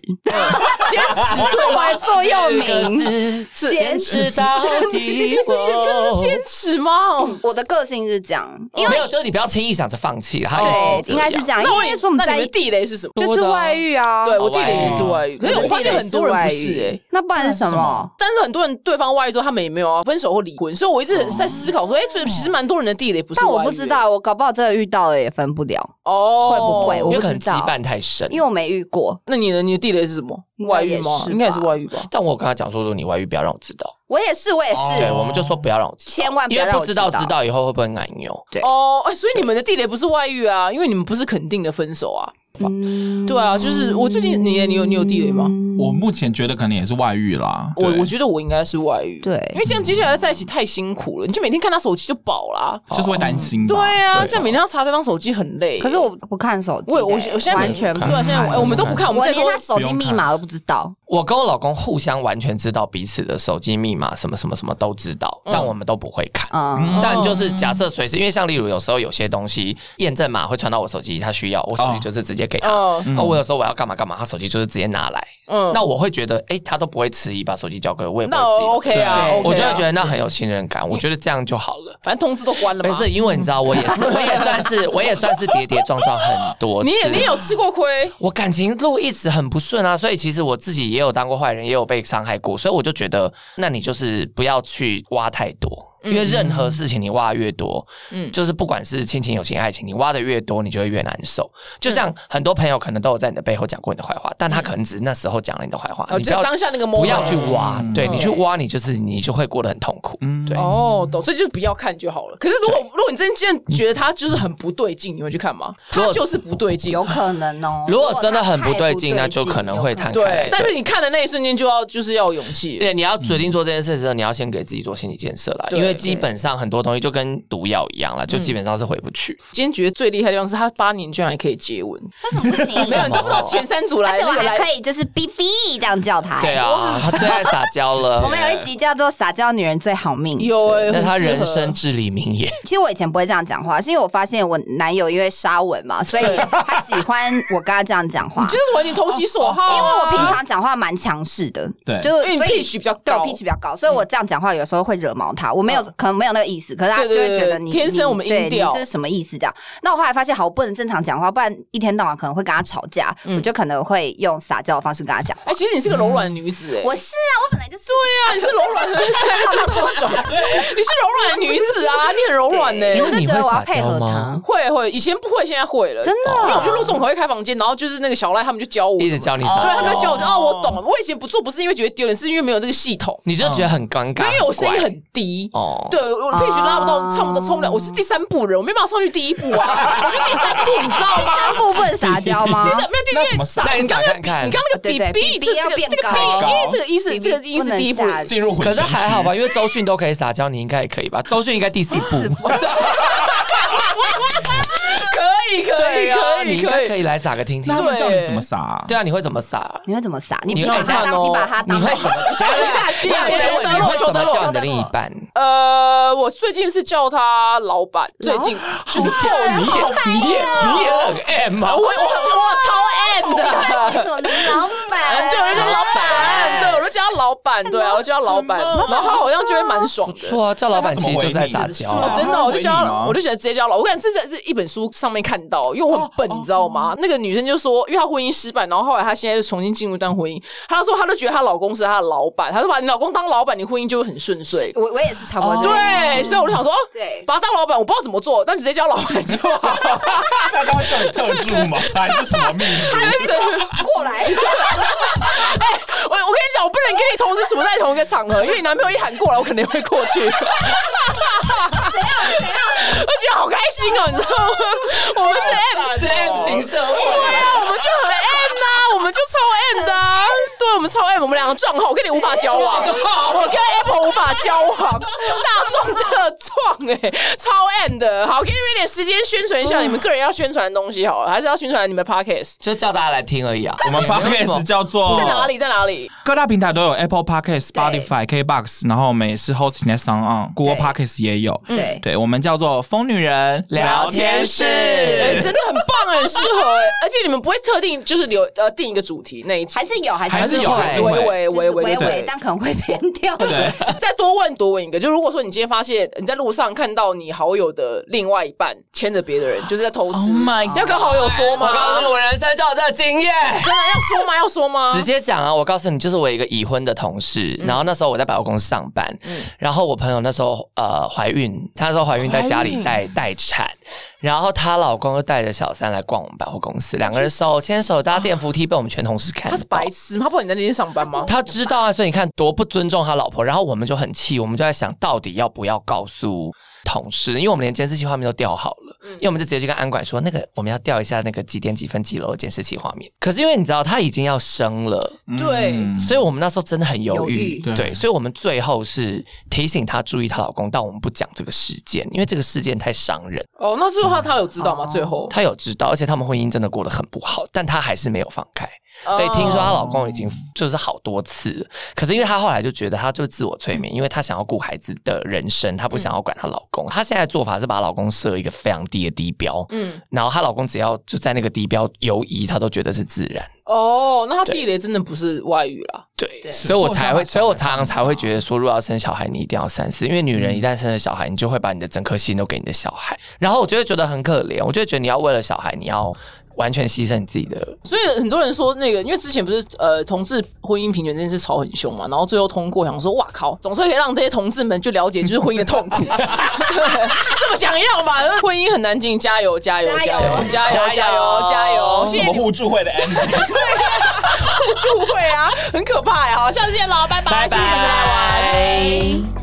Speaker 2: 坚 持
Speaker 5: 我还座右铭。
Speaker 1: 爱
Speaker 2: 是
Speaker 5: 坚
Speaker 1: 持到底
Speaker 2: 是是真的是坚持吗？哦
Speaker 5: 我的个性是这样，因
Speaker 1: 没
Speaker 5: 为哦
Speaker 1: 有，就是你不要轻易想着放弃，他
Speaker 5: 对，应该是这样，因
Speaker 2: 那我
Speaker 5: 为说我们
Speaker 2: 那
Speaker 5: 在
Speaker 2: 你
Speaker 5: 一
Speaker 2: 们地雷是什么？
Speaker 5: 就是外遇啊，
Speaker 2: 对我地雷也是
Speaker 6: 哦
Speaker 2: 外遇，可是我发现很多人不是哎、
Speaker 5: 那不然是什
Speaker 6: 那是什
Speaker 5: 么
Speaker 6: 么？
Speaker 2: 但是很多人对方外遇之后，他们也没有啊分手或离婚，所以我一直在思考说，哎、所以其实蛮多人的地雷不是、
Speaker 5: 哦但我不知道，我搞不好真的遇到了也分不了，
Speaker 2: 哦，
Speaker 5: 会不会
Speaker 1: 因
Speaker 5: 我
Speaker 1: 为
Speaker 5: 不
Speaker 1: 可
Speaker 5: 知
Speaker 1: 能羁
Speaker 5: 道
Speaker 1: 绊太深。
Speaker 5: 因为我没遇过。
Speaker 2: 那你的你的地雷是什么？
Speaker 5: 应该
Speaker 2: 外
Speaker 5: 也
Speaker 2: 遇吗？
Speaker 5: 是
Speaker 2: 应该也是
Speaker 5: 吧
Speaker 2: 外遇吧？
Speaker 1: 但我跟他讲说，如果你外遇，不要让我知道。
Speaker 5: 我也是，我也
Speaker 1: 对，
Speaker 5: 是，
Speaker 1: 我们就说不要让我知道，
Speaker 5: 哦千万不
Speaker 1: 因
Speaker 5: 要
Speaker 1: 为
Speaker 5: 让
Speaker 1: 不
Speaker 5: 我
Speaker 1: 知
Speaker 5: 知
Speaker 1: 道
Speaker 5: 道
Speaker 1: 知道以后会不会奶牛。
Speaker 5: 对
Speaker 2: 哦，哎所以你们的地雷不是外遇啊，因为你们不是肯定的分手啊。
Speaker 5: 嗯
Speaker 2: 对啊，就是我最近你你有你有地雷吗？
Speaker 6: 我目前觉得可能也是外遇啦。
Speaker 2: 我
Speaker 6: 对
Speaker 2: 我觉得我应该是外遇，
Speaker 5: 对
Speaker 2: 因为这样接下来在一起太辛苦了，你就每天看他手机就饱啦。
Speaker 6: 就是会担心吧。
Speaker 2: 对啊，
Speaker 1: 嗯对啊
Speaker 2: 这样每天要查对方手机很累。
Speaker 5: 可是我不看手机的，欸
Speaker 2: 我我我现在
Speaker 5: 完全不
Speaker 2: 对啊，现在我哎
Speaker 6: 看
Speaker 2: 我们都不看，我们
Speaker 5: 我
Speaker 2: 在
Speaker 5: 连
Speaker 2: 说
Speaker 5: 他手机密码都不知道。
Speaker 1: 我跟我老公互相完全知道彼此的手机密码，什么什么什么都知道，但我们都不会看。
Speaker 5: 嗯，
Speaker 1: 但就是假设随时，因为像例如有时候有些东西验证码会传到我手机，他需要我手机就是直接给他。哦，
Speaker 5: 嗯
Speaker 2: 哦，
Speaker 1: 我有时候我要干嘛干嘛，他手机就是直接拿来。
Speaker 5: 哦
Speaker 2: 嗯，
Speaker 1: 那我会觉得，哎，他都不会迟疑把手机交给我，我也不
Speaker 2: 那
Speaker 1: 会迟疑。
Speaker 2: OK 啊，OK
Speaker 5: 对
Speaker 2: 啊
Speaker 1: 我就会觉得那很有信任感，我觉得这样就好了。
Speaker 2: 反正通知都关了嘛。
Speaker 1: 没事，因为你知道，我也 是，我也算是，我也算是跌跌撞撞很多次。
Speaker 2: 你也你也有吃过亏，
Speaker 1: 我感情路一直很不顺啊，所以其实我自己也有当过坏人，也有被伤害过，所以我就觉得，那你就是不要去挖太多，
Speaker 2: 嗯
Speaker 1: 因为任何事情你挖越多，
Speaker 8: 嗯
Speaker 1: 就是不管是亲情、友情、爱情，你挖的越多，你就会越难受。
Speaker 2: 嗯
Speaker 1: 就像很多朋友可能都有在你的背后讲过你的坏话，但他可能只是那时候讲了你的坏话，你
Speaker 2: 哦
Speaker 1: 不
Speaker 2: 就
Speaker 1: 要
Speaker 2: 当下那个 moment
Speaker 1: 不要去挖，
Speaker 6: 嗯
Speaker 1: 对
Speaker 2: 嗯
Speaker 1: 你去挖，你就是你就会过得很痛苦。
Speaker 6: 嗯
Speaker 1: 对，
Speaker 2: 哦，懂，所以就不要看就好了。可是如果如果你真正觉得他就是很不对劲，你会去看吗？
Speaker 1: 嗯如
Speaker 2: 他
Speaker 1: 果
Speaker 2: 就是不对劲
Speaker 5: 有，可 能哦。
Speaker 1: 如果真的很不对
Speaker 5: 对
Speaker 1: 劲，那就可能会摊开来
Speaker 2: 对。。但是你看的那一瞬间就要就是要有勇气，
Speaker 1: 对，你要决定做这件事的时候，你要先给自己做心理建设啦，
Speaker 2: 对
Speaker 1: 因为基本上很多东西就跟毒药一样啦，就基本上是回不去。
Speaker 2: 今天觉得最厉害的地方是他八年居然还可以接吻，
Speaker 5: 为什么不行？
Speaker 2: 没有你都不知道前三组来
Speaker 5: 而且我
Speaker 2: 那个来
Speaker 5: 还可以就是 B B 这样叫他。欸
Speaker 1: 对，啊， 他最爱撒娇 了。
Speaker 5: 我们有一集叫做“撒娇女人最好命”。
Speaker 2: 啊有哎，
Speaker 1: 嗯那他
Speaker 2: 很适合
Speaker 1: 人生至理名言，
Speaker 5: 其实我以前不会这样讲话，是因为我发现我男友因为沙 文嘛，所以他喜欢我跟他这样讲话。
Speaker 2: 你就是完全投其所好啊，
Speaker 5: 哦因为我平常讲话蛮强势的，
Speaker 6: 对
Speaker 5: 就是
Speaker 2: 因为
Speaker 5: 所
Speaker 2: 你
Speaker 5: 以
Speaker 2: pitch 比较
Speaker 5: 对我
Speaker 2: 高嗯
Speaker 5: pitch 比较高，所以我这样讲话有时候会惹毛他。我没有可能没有那个意思，可是他
Speaker 2: 对
Speaker 5: 就
Speaker 2: 对
Speaker 5: 会
Speaker 2: 对
Speaker 5: 觉得你
Speaker 2: 天生
Speaker 5: 你
Speaker 2: 我们音
Speaker 5: 对你
Speaker 2: 调
Speaker 5: 这是什么意思这样。那我后来发现，好，我不能正常讲话，不然一天到晚可能会跟他吵架，
Speaker 2: 嗯
Speaker 5: 我就可能会用撒娇的方式跟他讲话
Speaker 2: 哎，。其实你是个柔软女子哎，
Speaker 5: 我是啊，我本来就是对
Speaker 2: 啊，你是柔软 的，你是柔软的女子啊，你很柔软呢、
Speaker 5: 因为我
Speaker 1: 那
Speaker 5: 就
Speaker 1: 你
Speaker 5: 觉得
Speaker 1: 会
Speaker 5: 我要
Speaker 1: 撒
Speaker 5: 配
Speaker 1: 娇
Speaker 5: 合
Speaker 1: 吗
Speaker 5: 他。
Speaker 2: 会会，以前不会，现在会了，
Speaker 5: 真的啊
Speaker 2: 因为我就陆总口会开房间，然后就是那个小赖他们就教我，
Speaker 1: 一直教你撒
Speaker 2: 对
Speaker 1: 娇，
Speaker 2: 他们就教我，就哦，我懂了。我以前不做不是因为觉得丢脸，是因为没有那个系统，
Speaker 1: 你就觉得很尴尬，
Speaker 2: 因为我声音
Speaker 1: 怪
Speaker 2: 很低。
Speaker 1: 哦，
Speaker 2: 对，我配许拉不到，
Speaker 5: 哦
Speaker 2: 唱不到，冲不了。我是第三步人，我没办法上去第一步 啊，我就第三步，你知道吗？
Speaker 5: 三步不能撒娇吗
Speaker 2: 第？三没
Speaker 6: 那
Speaker 2: 有，因
Speaker 6: 怎
Speaker 2: 为
Speaker 6: 么
Speaker 2: 撒
Speaker 1: 那你
Speaker 2: 你刚
Speaker 1: 想看
Speaker 2: 刚比
Speaker 1: 看
Speaker 2: 你刚刚那个
Speaker 5: 对对
Speaker 2: 比
Speaker 5: 比
Speaker 2: 这个这个
Speaker 5: 比要
Speaker 2: 这个
Speaker 5: 变高
Speaker 2: 比，因为这个音是
Speaker 5: BB
Speaker 2: 这个音是第一步
Speaker 5: 不，能下
Speaker 6: 进入混
Speaker 1: 可
Speaker 6: 神区
Speaker 1: 是还好 吧，因为周迅都可以撒娇，你应该也可以吧？周迅应该第四 步，
Speaker 2: 可以可以
Speaker 1: 对啊，
Speaker 2: 可
Speaker 1: 你
Speaker 2: 以
Speaker 1: 应该
Speaker 2: 可
Speaker 1: 可
Speaker 2: 以，
Speaker 1: 以来撒个听听
Speaker 6: 那。他们叫你怎么撒、
Speaker 1: 对啊，你会怎么撒？
Speaker 5: 你会怎么撒？你
Speaker 1: 你
Speaker 5: 你
Speaker 1: 会
Speaker 5: 把他
Speaker 2: 看哦
Speaker 5: 当你把 他
Speaker 1: 你
Speaker 5: 当
Speaker 1: 会怎么？
Speaker 5: 你把他
Speaker 2: 先求得
Speaker 1: 你
Speaker 2: 落
Speaker 1: 会
Speaker 2: 求
Speaker 1: 怎
Speaker 2: 得
Speaker 1: 么
Speaker 2: 落
Speaker 1: 叫你的另一半？
Speaker 2: 呃，我最近是叫他老板，最近就是
Speaker 1: 你
Speaker 2: boss
Speaker 1: 也
Speaker 6: 哦
Speaker 1: 你也你也很 M 啊！
Speaker 2: 我我我超 M 的。
Speaker 5: 什么林老板？
Speaker 2: 就有人叫老板，对，我就叫他老板，对啊，我叫他老板，然后他好像就会蛮爽
Speaker 1: 不
Speaker 2: 的。哦
Speaker 1: 错啊，叫老板其实就是在撒娇
Speaker 6: 那他
Speaker 1: 啊
Speaker 6: 怎么回你是不是啊。
Speaker 2: 真的，我就叫
Speaker 6: 回你
Speaker 2: 他，
Speaker 6: 吗
Speaker 2: 我就觉得直接叫老。我感觉这是一本书上面看到，因为我很笨，你知道吗？那个女生就说，因为她婚姻失败，然后后来她现在就重新进入一段婚姻。她说，她就觉得她老公是她的老板，她说把你老公当老板，你婚姻就会很顺遂。
Speaker 5: 我我也是差不多这样。
Speaker 2: 对，所以我就想说，哦
Speaker 5: 对
Speaker 2: 把他当老板，我不知道怎么做，但直接叫老板 就好。
Speaker 6: 那他会叫你特助吗？还是什么秘书？
Speaker 5: 过来，
Speaker 2: 我我跟你讲，我不能跟你同时处在同一个场合，因为你男朋友一喊过来，我肯定会过去。 我觉得好开心哦，你知道吗？我们是哦 M 是 M 型社会，对啊，我们就很 M 呐、我们就超 M 的、啊，对，我们超 M，我们两个撞号，我跟你无法交往， 我跟 Apple 无法交往，大撞特撞、哎，超 M 的。好，给你们一点时间宣传一
Speaker 6: 嗯
Speaker 2: 下你们个人要宣传的东西好了，还是要宣传你们 Podcast
Speaker 1: 就叫大家来听而已啊。
Speaker 6: 我们 podcast 叫做
Speaker 2: 在哪里？在哪里？
Speaker 6: 各大平台都有 Apple Podcast、
Speaker 5: 对
Speaker 6: Spotify、KBox，然后我们也是 hosting 在 s o n g Google
Speaker 5: 对
Speaker 6: Podcast 也有。
Speaker 5: 对
Speaker 6: 对，我们叫做疯女人
Speaker 1: 嗯聊天室
Speaker 2: 哎、真的很棒，很适合哎、而且你们不会特定就是留呃定一个主题那一集，
Speaker 5: 还是有，还
Speaker 6: 还是
Speaker 5: 是
Speaker 6: 有
Speaker 5: 有，
Speaker 6: 还是
Speaker 2: 微
Speaker 6: 有
Speaker 2: 微微
Speaker 5: 就是
Speaker 2: 微
Speaker 5: 微
Speaker 2: 微
Speaker 5: 微，但可能会偏掉。
Speaker 6: 对，
Speaker 2: 再多问多问一个，就如果说你今天发现你在路上看到你好友的另外一半牵着别的人，就是在偷吃
Speaker 6: Oh my
Speaker 2: 要跟好友说吗？
Speaker 1: 我告诉我人生就有这个经验。
Speaker 2: 真的啊要说吗？要说吗？
Speaker 1: 直接讲啊！我告诉你，就是我有一个已婚的同事，然后那时候我在百货公司上班，然后我朋友那时候呃怀孕，她那时候怀孕在家里待待产，然后她老公就带着小三来逛我们百货公司，两个人手牵手搭电扶梯，被我们全同事看到。
Speaker 2: 他是白痴吗？他不知道你在那边上班吗？
Speaker 1: 他知道啊，所以你看多不尊重他老婆。然后我们就很气，我们就在想到底要不要告诉同事，因为我们连监视器画面都调好了，因为我们就直接去跟安管说，那个我们要调一下那个几点几分几楼的监视器画面。可是因为你知道他已经要生了，
Speaker 2: 对
Speaker 6: 嗯
Speaker 1: 所以我们那时候真的很犹
Speaker 5: 犹
Speaker 1: 豫
Speaker 5: 豫，
Speaker 6: 对
Speaker 1: 对，所以我们最后是提醒她注意她老公，但我们不讲这个事件，因为这个事件太伤人。
Speaker 2: 哦，那最后
Speaker 1: 嗯
Speaker 2: 他有知道吗？
Speaker 5: 哦
Speaker 2: 最后
Speaker 1: 她有知道，而且他们婚姻真的过得很不好，但她还是没有放开。
Speaker 5: 哦
Speaker 1: 所以哦哎听说她
Speaker 2: 哦
Speaker 1: 老公已经就是好多次了，可是因为她后来就觉得她就自我催眠，因为她想要顾孩子的人生，她不想要管她老公。她现在的做法是把老公设一个非常低的低标，
Speaker 2: 嗯
Speaker 1: 然后她老公只要就在那个低标游移，她都觉得是自然。
Speaker 2: 哦，那他地雷真的不是外遇啦，
Speaker 1: 对，
Speaker 5: 对
Speaker 1: 所以我才会，
Speaker 6: 是
Speaker 1: 所以我常常才会觉得说，如果要生小孩，你一定要三思，因为女人
Speaker 6: 嗯
Speaker 1: 一旦生了小孩，你就会把你的整颗心都给你的小孩，然后我就会觉得很可怜，我就会觉得你要为了小孩，你要完全牺牲你自己的。
Speaker 2: 所以很多人说那个，因为之前不是呃同志婚姻平权这件事吵很凶嘛，然后最后通过，想说哇靠，总算可以让这些同志们就了解就是婚姻的痛 苦，这么想要嘛？婚姻很难进，加油加油加
Speaker 5: 加油
Speaker 2: 油加油加油加油！谢谢你
Speaker 7: 互助会的 ending？
Speaker 2: 们互助会啊，很可怕呀！好，下次见喽，拜拜，谢谢你们来玩。
Speaker 5: 拜。